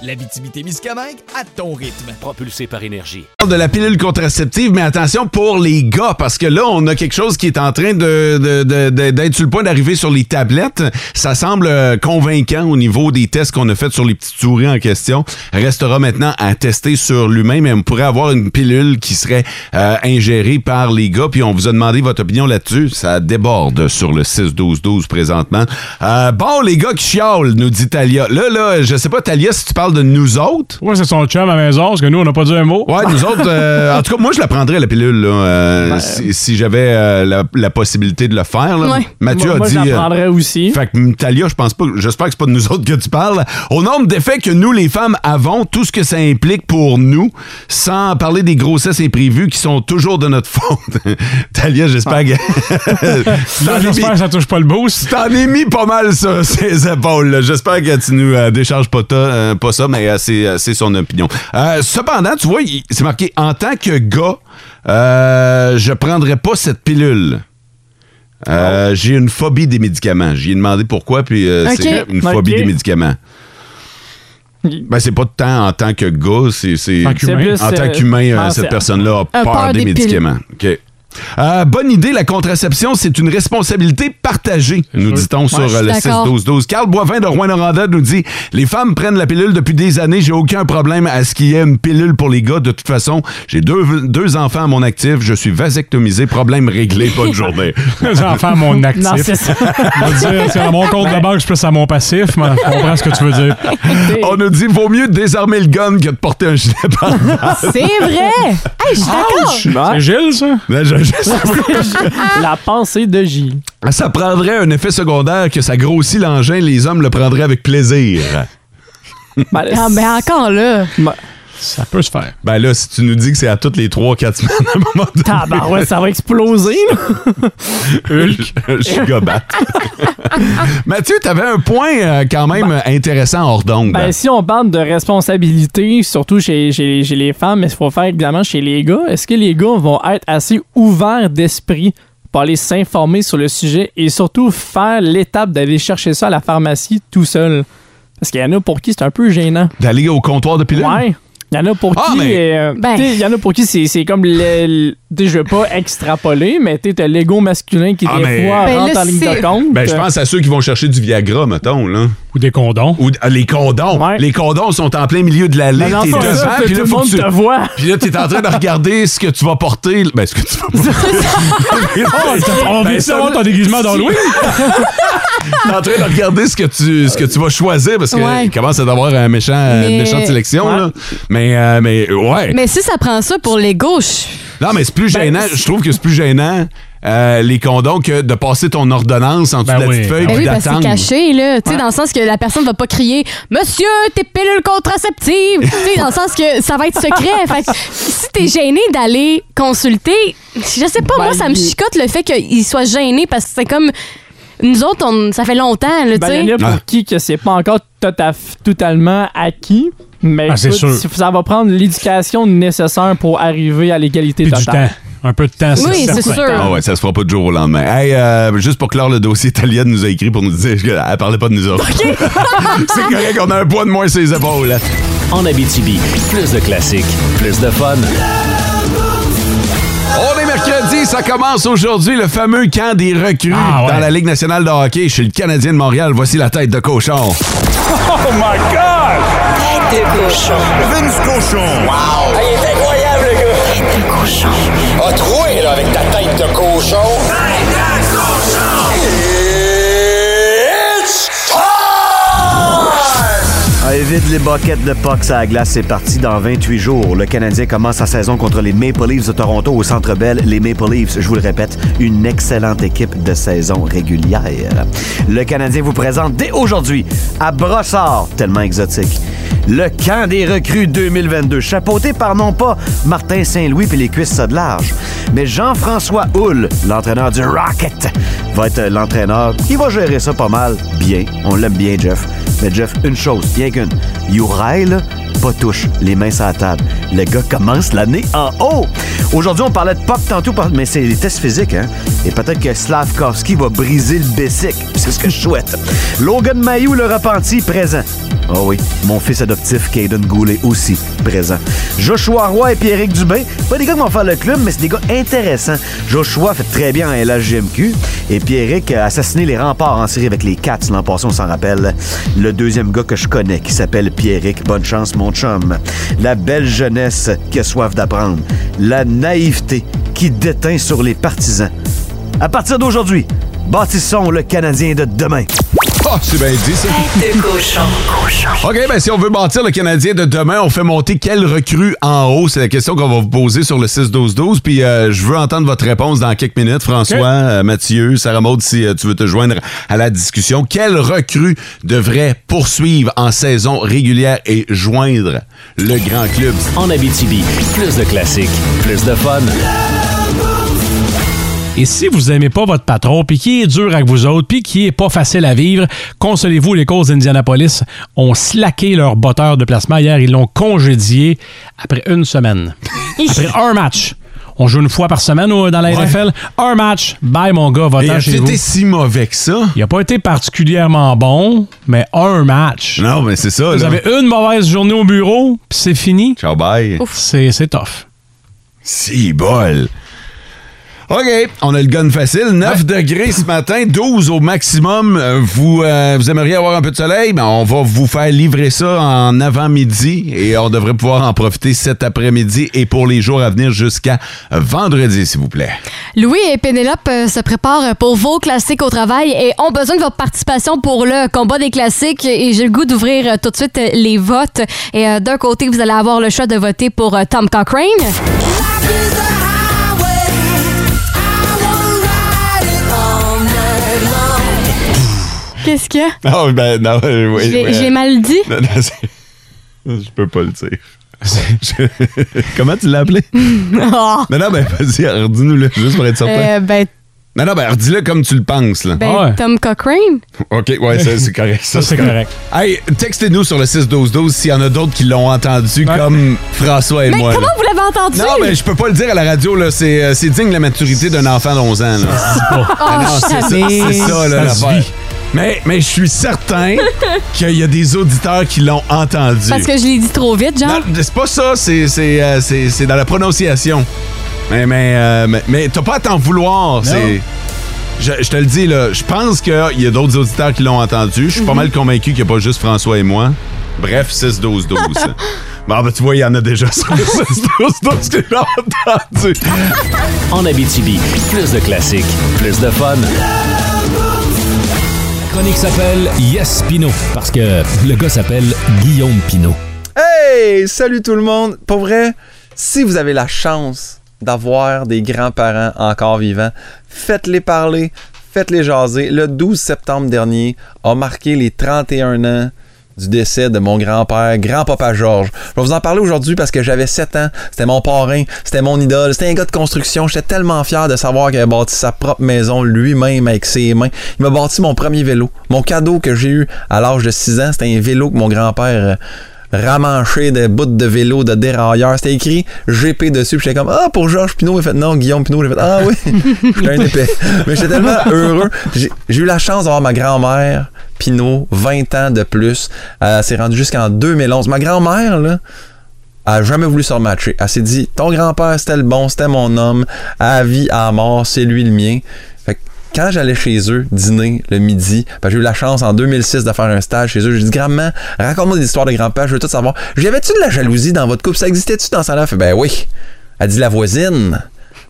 S7: L'Abitibi-Témiscamingue à ton rythme.
S10: Propulsé par énergie.
S3: de la pilule contraceptive, mais attention pour les gars, parce que là, on a quelque chose qui est en train de, de- de- de- d'être sur le point d'arriver sur les tablettes. Ça semble euh, convaincant au niveau des tests qu'on a fait sur les petites souris en question. Restera maintenant à tester sur l'humain, mais on pourrait avoir une pilule qui serait euh, ingérée par les gars, puis on vous a demandé votre opinion là-dessus. Ça déborde sur le 6-12-12 présentement. Euh, bon, les gars qui chiolent, nous dit Talia. Là, là, je sais pas, Talia, si tu parles de nous autres.
S6: Ouais, c'est son chum à la maison, parce que nous, on n'a pas dit un mot.
S3: Ouais, nous autres,
S4: [laughs]
S3: euh, en tout cas, moi, je la prendrais, la pilule, là, euh,
S4: Ben,
S3: si, si j'avais euh, la, la possibilité de le faire. là.
S4: Ouais.
S3: Mathieu
S4: Moi-
S3: a
S4: moi,
S3: dit.
S4: je la
S3: euh,
S4: prendrais aussi.
S3: Fait que, Talia, je pense pas. J'espère que c'est pas de nous autres que tu parles. Au nombre d'effets que nous, les femmes, avons, tout ce que ça implique pour nous, sans parler des grossesses imprévues qui sont toujours de notre [laughs] faute. Talia, j'espère que.
S6: [laughs] Là, Ah. j'espère que ça touche pas le boost.
S3: T'en as mis pas mal sur [laughs] ses épaules. là. J'espère que tu nous euh, décharges pas, ta- euh, pas ça, mais euh, c'est, euh, c'est son opinion. Euh, cependant, tu vois, il- c'est marqué en tant que gars, euh, je prendrais pas cette pilule. Euh, j'ai une phobie des médicaments. J'ai demandé pourquoi, puis euh,
S4: Ok.
S3: c'est une phobie
S4: Ok.
S3: des médicaments. Ben, c'est pas tant en tant que gars, c'est, c'est-
S4: En tant qu'humain. C'est plus,
S3: en tant
S4: euh,
S3: qu'humain, euh,
S4: ah,
S3: cette
S4: c'est-
S3: personne-là a
S4: Un
S3: peur,
S4: peur des
S3: des,
S4: pilules.
S3: médicaments. OK. Euh, bonne idée, la contraception, c'est une responsabilité partagée, nous dit-on sur
S4: je suis
S3: euh, le
S4: d'accord.
S3: 6-12-12. Carl Boivin de Rouen-Noranda nous dit Les femmes prennent la pilule depuis des années, j'ai aucun problème à ce qu'il y ait une pilule pour les gars. De toute façon, j'ai deux, deux enfants à mon actif, je suis vasectomisé, problème réglé, bonne journée.
S6: Deux enfants à mon actif.
S3: Non, c'est ça.
S6: Je veux dire, c'est à mon compte de banque, je suis plus à mon [laughs] passif, mais je comprends ce que tu veux dire.
S3: On nous dit Vaut mieux désarmer le gun que de porter un gilet pare-balles.
S5: [laughs] C'est vrai! Hey, je suis d'accord!
S6: C'est Gilles, ça?
S3: Ben, je- je-
S5: [laughs]
S4: la pensée de Gilles.
S3: Ça prendrait un effet secondaire que ça grossit l'engin, les hommes le prendraient avec plaisir.
S5: Ah, mais encore là!
S6: Ça peut se faire.
S3: Ben là, si tu nous dis que c'est à toutes les 3-4 semaines à un moment donné.
S4: Tabarouette, ça va exploser. [laughs]
S3: Hulk. Je suis gobat. Mathieu, t'avais un point euh, quand même intéressant hors d'onde.
S4: Ben, si on parle de responsabilité, surtout chez, chez- chez les femmes, mais il faut faire également chez les gars, est-ce que les gars vont être assez ouverts d'esprit pour aller s'informer sur le sujet et surtout faire l'étape d'aller chercher ça à la pharmacie tout seul? Parce qu'il y en a pour qui c'est un peu gênant.
S3: D'aller au comptoir de pilules?
S4: Ouais. Il y en a pour
S3: Ah,
S4: qui.
S3: mais-
S4: euh,
S5: Ben.
S4: t'sais, Il y en a pour qui c'est c'est comme le. le- t'sais, je veux pas extrapoler, mais t'es le l'ego masculin qui,
S3: Ah,
S4: des
S3: mais-
S4: fois,
S5: Ben,
S4: rentre
S5: là,
S4: en ligne de
S5: c'est-
S4: compte.
S3: Ben, je pense à ceux qui vont chercher du Viagra, mettons, là.
S6: Ou des condons.
S3: Ou ah, les condons. Les condons sont en plein milieu de l'allée.
S4: Ben non,
S3: T'es
S4: c'est
S3: devant,
S4: ça,
S3: puis
S4: tout
S3: là,
S4: le
S3: faut que
S4: monde
S3: tu-
S4: te voit.
S3: [laughs] Puis là, t'es en train de regarder ce que tu vas porter. Ben, ce que tu vas [laughs] porter.
S11: Ah,
S3: [laughs]
S6: On vient
S3: Ben,
S6: de savoir ton déguisement d'Halloween.
S3: [laughs] T'es en train de regarder ce que tu, ce que tu vas choisir parce que
S5: Ouais.
S3: il commence à avoir un méchant,
S5: Mais-
S3: une méchante sélection. Là. Mais, euh, mais ouais.
S5: Mais si ça prend ça pour les gauches,
S3: Non, mais c'est plus
S5: Ben,
S3: gênant.
S5: c'est-
S3: Je trouve que c'est plus gênant euh, les condoms que de passer ton ordonnance en dessous de la petite feuille
S5: ben
S3: puis
S5: oui, parce que c'est
S3: d'attendre.
S5: caché, là. Tu sais, dans le sens que la personne va pas crier Monsieur, tes pilules contraceptives! tu sais, dans le sens que ça va être secret. fait que si t'es gêné d'aller consulter, je sais pas,
S4: Ben,
S5: moi, ça me chicote le fait qu'il soit gêné parce que c'est comme. Nous autres, on, ça fait longtemps, là, tu
S4: Ben, il y en
S5: sais.
S4: a pour qui que c'est pas encore tout à f- totalement acquis, mais
S6: Ah, c'est
S4: écoute,
S6: sûr.
S4: ça va prendre l'éducation nécessaire pour arriver à l'égalité
S6: Puis du temps.
S4: totale.
S6: Un peu de temps, c'est
S4: Oui,
S6: certain.
S4: c'est sûr.
S3: Ah ouais, ça se fera pas du jour au lendemain. Hey, euh, juste pour clore, le dossier, Talia nous a écrit pour nous dire qu'elle parlait pas de nous autres. [laughs] c'est correct, on a un poids de moins sur les épaules.
S10: En Abitibi, plus de classiques, plus de fun.
S3: On est mercredi, ça commence aujourd'hui le fameux camp des recrues
S5: Ah
S3: dans la Ligue nationale de hockey chez le Canadien de Montréal. Voici la tête de cochon.
S11: Oh my God! Tête de cochon. Vince cochon. Wow! Ah, il est incroyable, le gars! Tête de cochon. A troué, là, avec ta tête de cochon. Tête de cochon! It's
S15: vide Ah, les boquettes de Pox à la glace, c'est parti dans 28 jours. Le Canadien commence sa saison contre les Maple Leafs de Toronto au Centre Bell. Les Maple Leafs, je vous le répète, une excellente équipe de saison régulière. Le Canadien vous présente dès aujourd'hui à Brossard, tellement exotique, le camp des recrues 2022, chapeauté par non pas Martin Saint-Louis puis les cuisses ça de large, mais Jean-François Houle, l'entraîneur du Rocket, va être l'entraîneur qui va gérer ça pas mal bien. On l'aime bien, Jeff. Mais Jeff, une chose, bien qu'une. Yurail, là, pas touche, les mains sur la table. Le gars commence l'année en haut. Aujourd'hui, on parlait de pop tantôt, par- mais c'est les tests physiques, hein? Et peut-être que Slavkovski va briser le bessic. C'est ce que je souhaite. Logan Mayou, le repenti, présent. Oh oui, mon fils adoptif, Caden Goulet, aussi présent. Joshua Roy et Pierrick Dubé, pas des gars qui vont faire le club, mais c'est des gars intéressants. Joshua fait très bien en LHGMQ et Pierrick a assassiné les remparts en série avec les Cats l'an passé, on s'en rappelle. Le deuxième gars que je connais qui s'appelle Pierrick, bonne chance mon chum. La belle jeunesse qui a soif d'apprendre. La naïveté qui déteint sur les partisans. À partir d'aujourd'hui, bâtissons le Canadien de demain.
S3: Ah, c'est bien dit, ça.
S11: De cochon.
S3: OK, ben si on veut bâtir le Canadien de demain, on fait monter quelle recrue en haut? C'est la question qu'on va vous poser sur le 6-12-12. Puis euh, je veux entendre votre réponse dans quelques minutes. François, euh, Mathieu, Sarah Maud, si euh, tu veux te joindre à la discussion. Quelle recrue devrait poursuivre en saison régulière et joindre le grand club?
S10: En Abitibi, plus de classiques, plus de
S3: [laughs]
S10: fun.
S6: Et si vous aimez pas votre patron, puis qui est dur avec vous autres, puis qui est pas facile à vivre, consolez-vous, les causes d'Indianapolis ont slacké leur botteur de placement hier. Ils l'ont congédié après une semaine. après un match. On joue une fois par semaine euh, dans la NFL. Un match. Bye, mon gars,
S3: Et
S6: va-t'en
S3: as-tu
S6: chez vous.
S3: été si mauvais que ça?
S6: Il n'a pas été particulièrement bon, mais un match.
S3: Non, mais c'est ça.
S6: Vous
S3: là.
S6: avez une mauvaise journée au bureau, puis c'est fini.
S3: Ciao, bye.
S6: C'est c'est tough.
S3: Si bol. OK, on a le gun facile. 9 degrés ce matin, 12 au maximum. Euh, Vous, euh, vous aimeriez avoir un peu de soleil? Ben, on va vous faire livrer ça en avant-midi et on devrait pouvoir en profiter cet après-midi et pour les jours à venir jusqu'à vendredi, s'il vous plaît.
S5: Louis et Pénélope euh, se préparent pour vos classiques au travail et ont besoin de votre participation pour le combat des classiques. Et j'ai le goût d'ouvrir euh, tout de suite euh, les votes. Et euh, d'un côté, vous allez avoir le choix de voter pour euh, Tom Cochrane. Qu'est-ce qu'il y a?
S3: [laughs] Non, ben non, euh, oui,
S5: Je l'ai-
S3: mais-
S5: je l'ai mal dit?
S3: Non, non, c'est- je peux pas le dire. Je- [laughs] Comment tu
S5: [laughs]
S3: l'as appelé?
S5: Oh.
S3: Non, non, ben vas-y, redis-nous-le, juste pour être certain.
S5: Euh, ben,
S3: Non, non, ben redis-le comme tu le penses. Là.
S5: ben, Tom Cochrane?
S3: OK, ouais, ça, c'est correct. Ça,
S6: Ah c'est correct.
S3: Hey, textez-nous sur le 6-12-12 s'il y en a d'autres qui l'ont entendu comme François et
S5: Mais
S3: moi.
S5: comment
S3: là.
S5: vous l'avez entendu?
S3: Non, mais je peux pas le dire à la radio, là. C'est, euh, c'est digne de la maturité d'un enfant de 11 ans, là. [laughs] Ah non, c'est ça, c'est ça, là,
S6: Ça se
S3: l'affaire.
S6: vit.
S3: Mais, mais je suis [laughs] certain qu'il y a des auditeurs qui l'ont entendu.
S5: Parce que je l'ai dit trop vite, genre.
S3: Non, c'est pas ça, c'est, c'est, euh, c'est- c'est dans la prononciation. Mais, mais, euh, mais, mais t'as pas à t'en vouloir. C'est, je, je te le dis, là, je pense qu'il y a d'autres auditeurs qui l'ont entendu. Je suis pas mal convaincu qu'il n'y a pas juste François et moi. Bref, 6-12-12. [laughs] bon, ben, tu vois, il y en a déjà sur le 6-12-12 qui l'ont entendu.
S10: En Abitibi, plus de classiques, plus de fun. La chronique s'appelle Yes Pino parce que le gars s'appelle Guillaume Pino.
S16: Hey! Salut tout le monde! Pour vrai, si vous avez la chance d'avoir des grands-parents encore vivants, faites-les parler, faites-les jaser. Le 12 septembre dernier a marqué les 31 ans du décès de mon grand-père, grand-papa Georges. Je vais vous en parler aujourd'hui parce que j'avais 7 ans, c'était mon parrain, c'était mon idole, c'était un gars de construction, j'étais tellement fier de savoir qu'il avait bâti sa propre maison lui-même avec ses mains. Il m'a bâti mon premier vélo. Mon cadeau que j'ai eu à l'âge de 6 ans, c'était un vélo que mon grand-père euh, ramanché de bouts de vélo, de dérailleurs. C'était écrit GP dessus. Puis j'étais comme, ah, pour Georges Pinot. Il a fait, non, Guillaume Pinot. J'ai fait, ah oui. [laughs] j'étais un épais. Mais j'étais tellement heureux. J'ai j'ai eu la chance d'avoir ma grand-mère, Pinot, 20 ans de plus. Elle s'est rendue jusqu'en 2011. Ma grand-mère, là, elle a jamais voulu se rematcher. Elle s'est dit, ton grand-père, c'était le bon, c'était mon homme. À vie, à mort, c'est lui le mien. Fait que quand j'allais chez eux dîner le midi, parce que j'ai eu la chance en 2006 de faire un stage chez eux, j'ai dit grand-maman, raconte-moi des histoires de grand-père, je veux tout savoir. J'avais-tu de la jalousie dans votre couple Ça existait-tu dans ça là Fait ben oui. Elle dit la voisine. Moi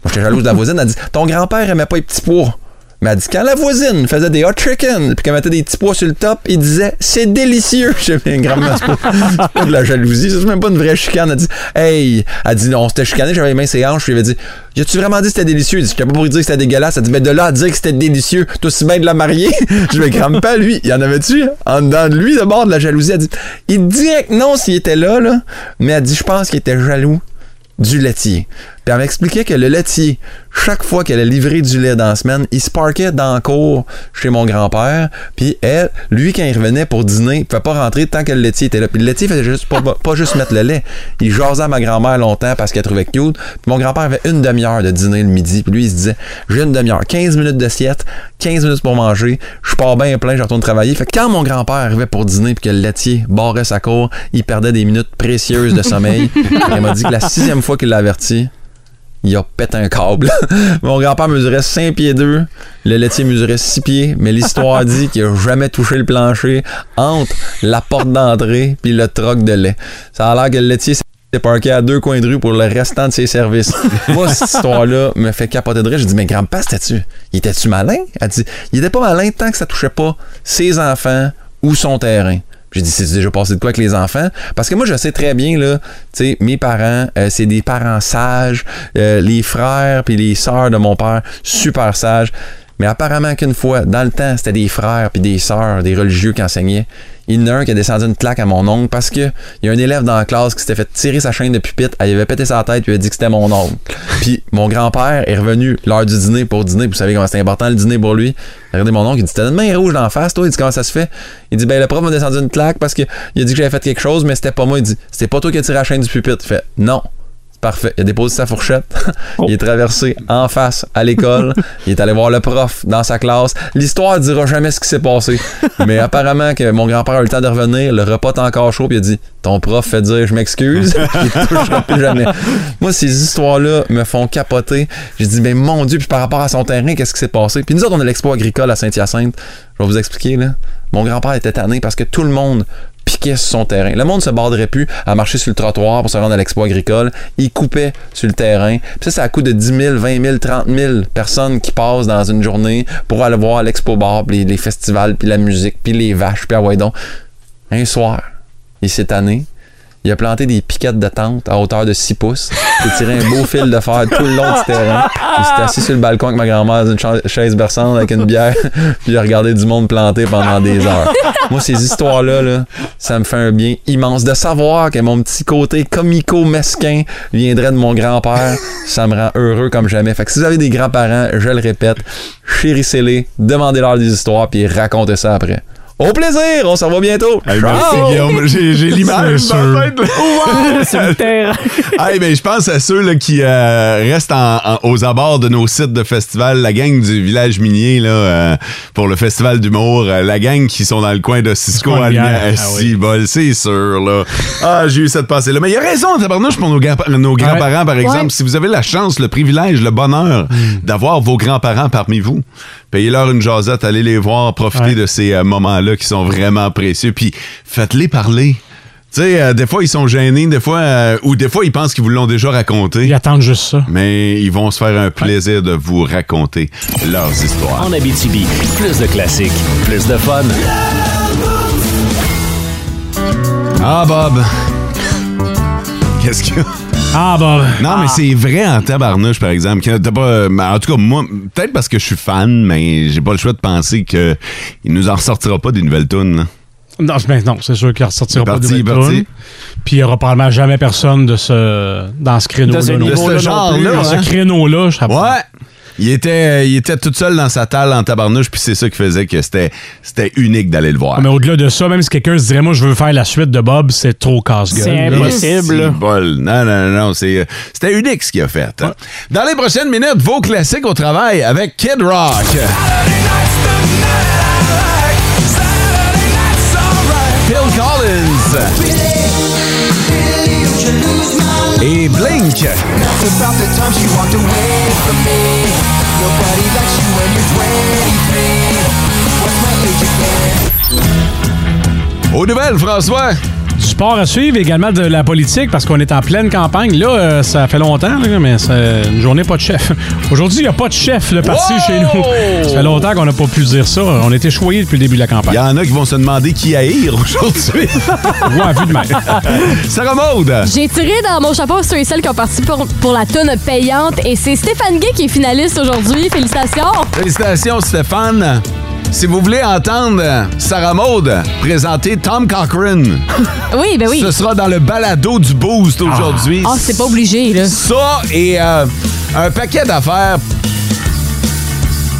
S16: j'étais jalouse de la voisine, elle dit ton grand-père aimait pas les petits pois. Mais elle dit, quand la voisine faisait des hot chicken, puis qu'elle mettait des petits pois sur le top, il disait, c'est délicieux. [laughs] Je dis, Mais grand-mère, c'est pas, c'est pas de [laughs] la jalousie, c'est même pas une vraie chicane. Elle dit, hey, elle dit, on s'était chicané, j'avais les mains ses hanches, puis elle avait dit, y tu vraiment dit que c'était délicieux? Je dit, je t'ai pas pour dire que c'était dégueulasse. Elle dit, mais de là à dire que c'était délicieux, t'as aussi bien de la marier. [laughs] Je me crame pas, lui. Il y en avait-tu? hein? En dedans de lui, d'abord, de la jalousie. Elle dit, il dirait que non s'il était là, là. Mais elle dit, je pense qu'il était jaloux du laitier. Puis elle m'expliquait que le laitier, chaque fois qu'elle a livré du lait dans la semaine, il se parquait dans la cour chez mon grand-père. Puis elle, lui, quand il revenait pour dîner, il ne pouvait pas rentrer tant que le laitier était là. Puis le laitier faisait juste pas, pas juste mettre le lait. Il jasait à ma grand-mère longtemps parce qu'elle trouvait cute. Puis mon grand-père avait une demi-heure de dîner le midi. Puis lui, il se disait, j'ai une demi-heure, 15 minutes de sieste, 15 minutes pour manger, je pars bien plein, je retourne travailler. Fait que quand mon grand-père arrivait pour dîner puis que le laitier barrait sa cour, il perdait des minutes précieuses de sommeil. elle m'a dit que la sixième fois qu'il l'a averti, il a pété un câble. [laughs] Mon grand-père mesurait 5 pieds 2, le laitier mesurait 6 pieds, mais l'histoire dit qu'il a jamais touché le plancher entre la porte d'entrée puis le troc de lait. Ça a l'air que le laitier s'est parqué à deux coins de rue pour le restant de ses services. [laughs] Moi, cette histoire-là me fait capoter de rire. J'ai dit, mais grand-père, c'était-tu? Il était-tu malin? Elle dit, il était pas malin tant que ça touchait pas ses enfants ou son terrain. J'ai dit, c'est déjà passé de quoi avec les enfants? Parce que moi, je sais très bien, là, tu sais, mes parents, euh, c'est des parents sages, euh, les frères puis les sœurs de mon père, super sages. Mais apparemment qu'une fois, dans le temps, c'était des frères puis des sœurs, des religieux qui enseignaient. Il y en a un qui a descendu une claque à mon oncle parce que il y a un élève dans la classe qui s'était fait tirer sa chaîne de pupitre, elle avait pété sa tête, puis il a dit que c'était mon oncle. Puis mon grand-père est revenu l'heure du dîner pour dîner, puis vous savez comment c'est important le dîner pour lui. Regardez mon oncle, il dit T'as une main rouge dans la face, toi Il dit Comment ça se fait Il dit Ben le prof m'a descendu une claque parce que il a dit que j'avais fait quelque chose, mais c'était pas moi. Il dit C'était pas toi qui as tiré la chaîne du pupitre. Il fait Non. Parfait. Il a déposé sa fourchette. [laughs] il est traversé en face à l'école. il est allé voir le prof dans sa classe. L'histoire dira jamais ce qui s'est passé. Mais apparemment que mon grand-père a eu le temps de revenir. Le repas est encore chaud. Puis il a dit Ton prof fait dire je m'excuse. il te touchera plus jamais. Moi, ces histoires-là me font capoter. J'ai dit Mais mon Dieu, puis par rapport à son terrain, qu'est-ce qui s'est passé Puis nous autres, on a l'expo agricole à Saint-Hyacinthe. Je vais vous expliquer. là. Mon grand-père était tanné parce que tout le monde piquait sur son terrain. Le monde se barderait plus à marcher sur le trottoir pour se rendre à l'expo agricole. Il coupait sur le terrain. Puis ça, c'est à coût de 10 000, 20 000, 30 000 personnes qui passent dans une journée pour aller voir l'expo bar, puis les, les festivals, puis la musique, puis les vaches, puis ah ouais donc. Un soir, il s'est tanné. Il a planté des piquettes de tente à hauteur de 6 pouces. Il a tiré un beau fil de fer tout le long du terrain. Il s'est assis sur le balcon avec ma grand-mère dans une cha- chaise berçante avec une bière. [laughs] Puis il a regardé du monde planter pendant des heures. Moi, ces histoires-là, là, ça me fait un bien immense. De savoir que mon petit côté comico-mesquin viendrait de mon grand-père, ça me rend heureux comme jamais. Fait que si vous avez des grands-parents, je le répète, chérissez-les, demandez-leur des histoires, puis racontez ça après. Au plaisir, on se revoit bientôt.
S3: [laughs] Hey, merci,
S16: Ciao!
S3: Guillaume. J'ai, j'ai l'image
S16: C'est
S3: dans
S16: sûr.
S3: la tête. là.
S16: Wow, c'est une
S3: [laughs] hey, ben, je pense à ceux là, qui euh, restent en- en- aux abords de nos sites de festival, la gang du village minier là, euh, pour le festival d'humour, euh, la gang qui sont dans le coin de Cisco
S6: Coin de bière,
S3: Almia-
S6: ah
S3: si, bol, c'est sûr. Là. Ah, j'ai eu cette pensée-là. Mais il y a raison, tabarnouche, pour nos, gra- nos grands-parents, par exemple.
S6: Ouais.
S3: Si vous avez la chance, le privilège, le bonheur
S6: Hmm.
S3: d'avoir vos grands-parents parmi vous, payez-leur une jasette, allez les voir, profitez de ces euh, moments-là qui sont vraiment précieux, puis faites-les parler. Tu sais, euh, des fois, ils sont gênés, des fois, euh, ou des fois, ils pensent qu'ils vous l'ont déjà raconté. Ils
S6: attendent juste ça.
S3: Mais ils vont se faire un plaisir de vous raconter leurs histoires.
S10: En Abitibi, plus de classiques, plus de fun.
S3: Ah, Bob. Qu'est-ce que.
S6: Ah, Bob.
S3: Non, mais
S6: Ah.
S3: c'est vrai en tabarnouche, par exemple. que t'as pas, en tout cas, moi, peut-être parce que je suis fan, mais j'ai pas le choix de penser qu'il nous en ressortira pas des nouvelles tunes. là.
S6: Non, ben non, c'est sûr qu'il ne ressortira
S3: Il est
S6: pas
S3: parti,
S6: de
S3: il est parti.
S6: Puis il n'y aura probablement jamais personne de ce, dans ce créneau-là.
S3: De ce
S6: non plus.
S3: niveau-là non plus,
S6: Dans
S3: hein.
S6: ce créneau-là, je
S3: Ouais. Il était, il était tout seul dans sa talle en tabarnouche, puis c'est ça qui faisait que c'était, c'était unique d'aller le voir.
S6: Ah, Mais au-delà de ça, même si quelqu'un se dirait, moi, je veux faire la suite de Bob, c'est trop casse-gueule. là.
S3: C'est bol. Non, non, non, non, c'est, euh, c'était unique ce qu'il a fait. hein. Dans les prochaines minutes, vos classiques au travail avec Kid Rock. Phil Collins. Et Blink. Aux nouvelles, François.
S6: Du sport à suivre, également de la politique, parce qu'on est en pleine campagne. Là, euh, ça fait longtemps, là, mais c'est une journée pas de chef. Aujourd'hui, il n'y a pas de chef de parti chez nous. Ça fait longtemps qu'on n'a pas pu dire ça. On était choyés depuis le début de la campagne.
S3: Il y en a qui vont se demander qui haïr
S6: [laughs]
S3: aujourd'hui.
S6: ouais, vu de même.
S3: Sarah Maud.
S5: J'ai tiré dans mon chapeau ceux et celles qui ont parti pour, pour la tonne payante et c'est Stéphane Gay qui est finaliste aujourd'hui. Félicitations!
S3: Félicitations, Stéphane. Si vous voulez entendre euh, Sarah Maud présenter Tom Cochrane,
S5: [laughs] Oui, ben oui.
S3: ce sera dans le balado du Boost aujourd'hui.
S5: Ah, c'est pas obligé, là.
S3: Ça et euh, un paquet d'affaires.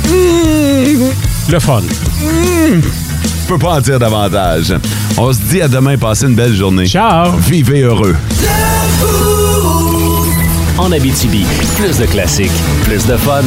S6: Le fun.
S3: Je peux pas en dire davantage. On se dit à demain, passez une belle journée.
S6: Ciao.
S3: Vivez heureux.
S10: En Abitibi, plus de classiques, plus de fun.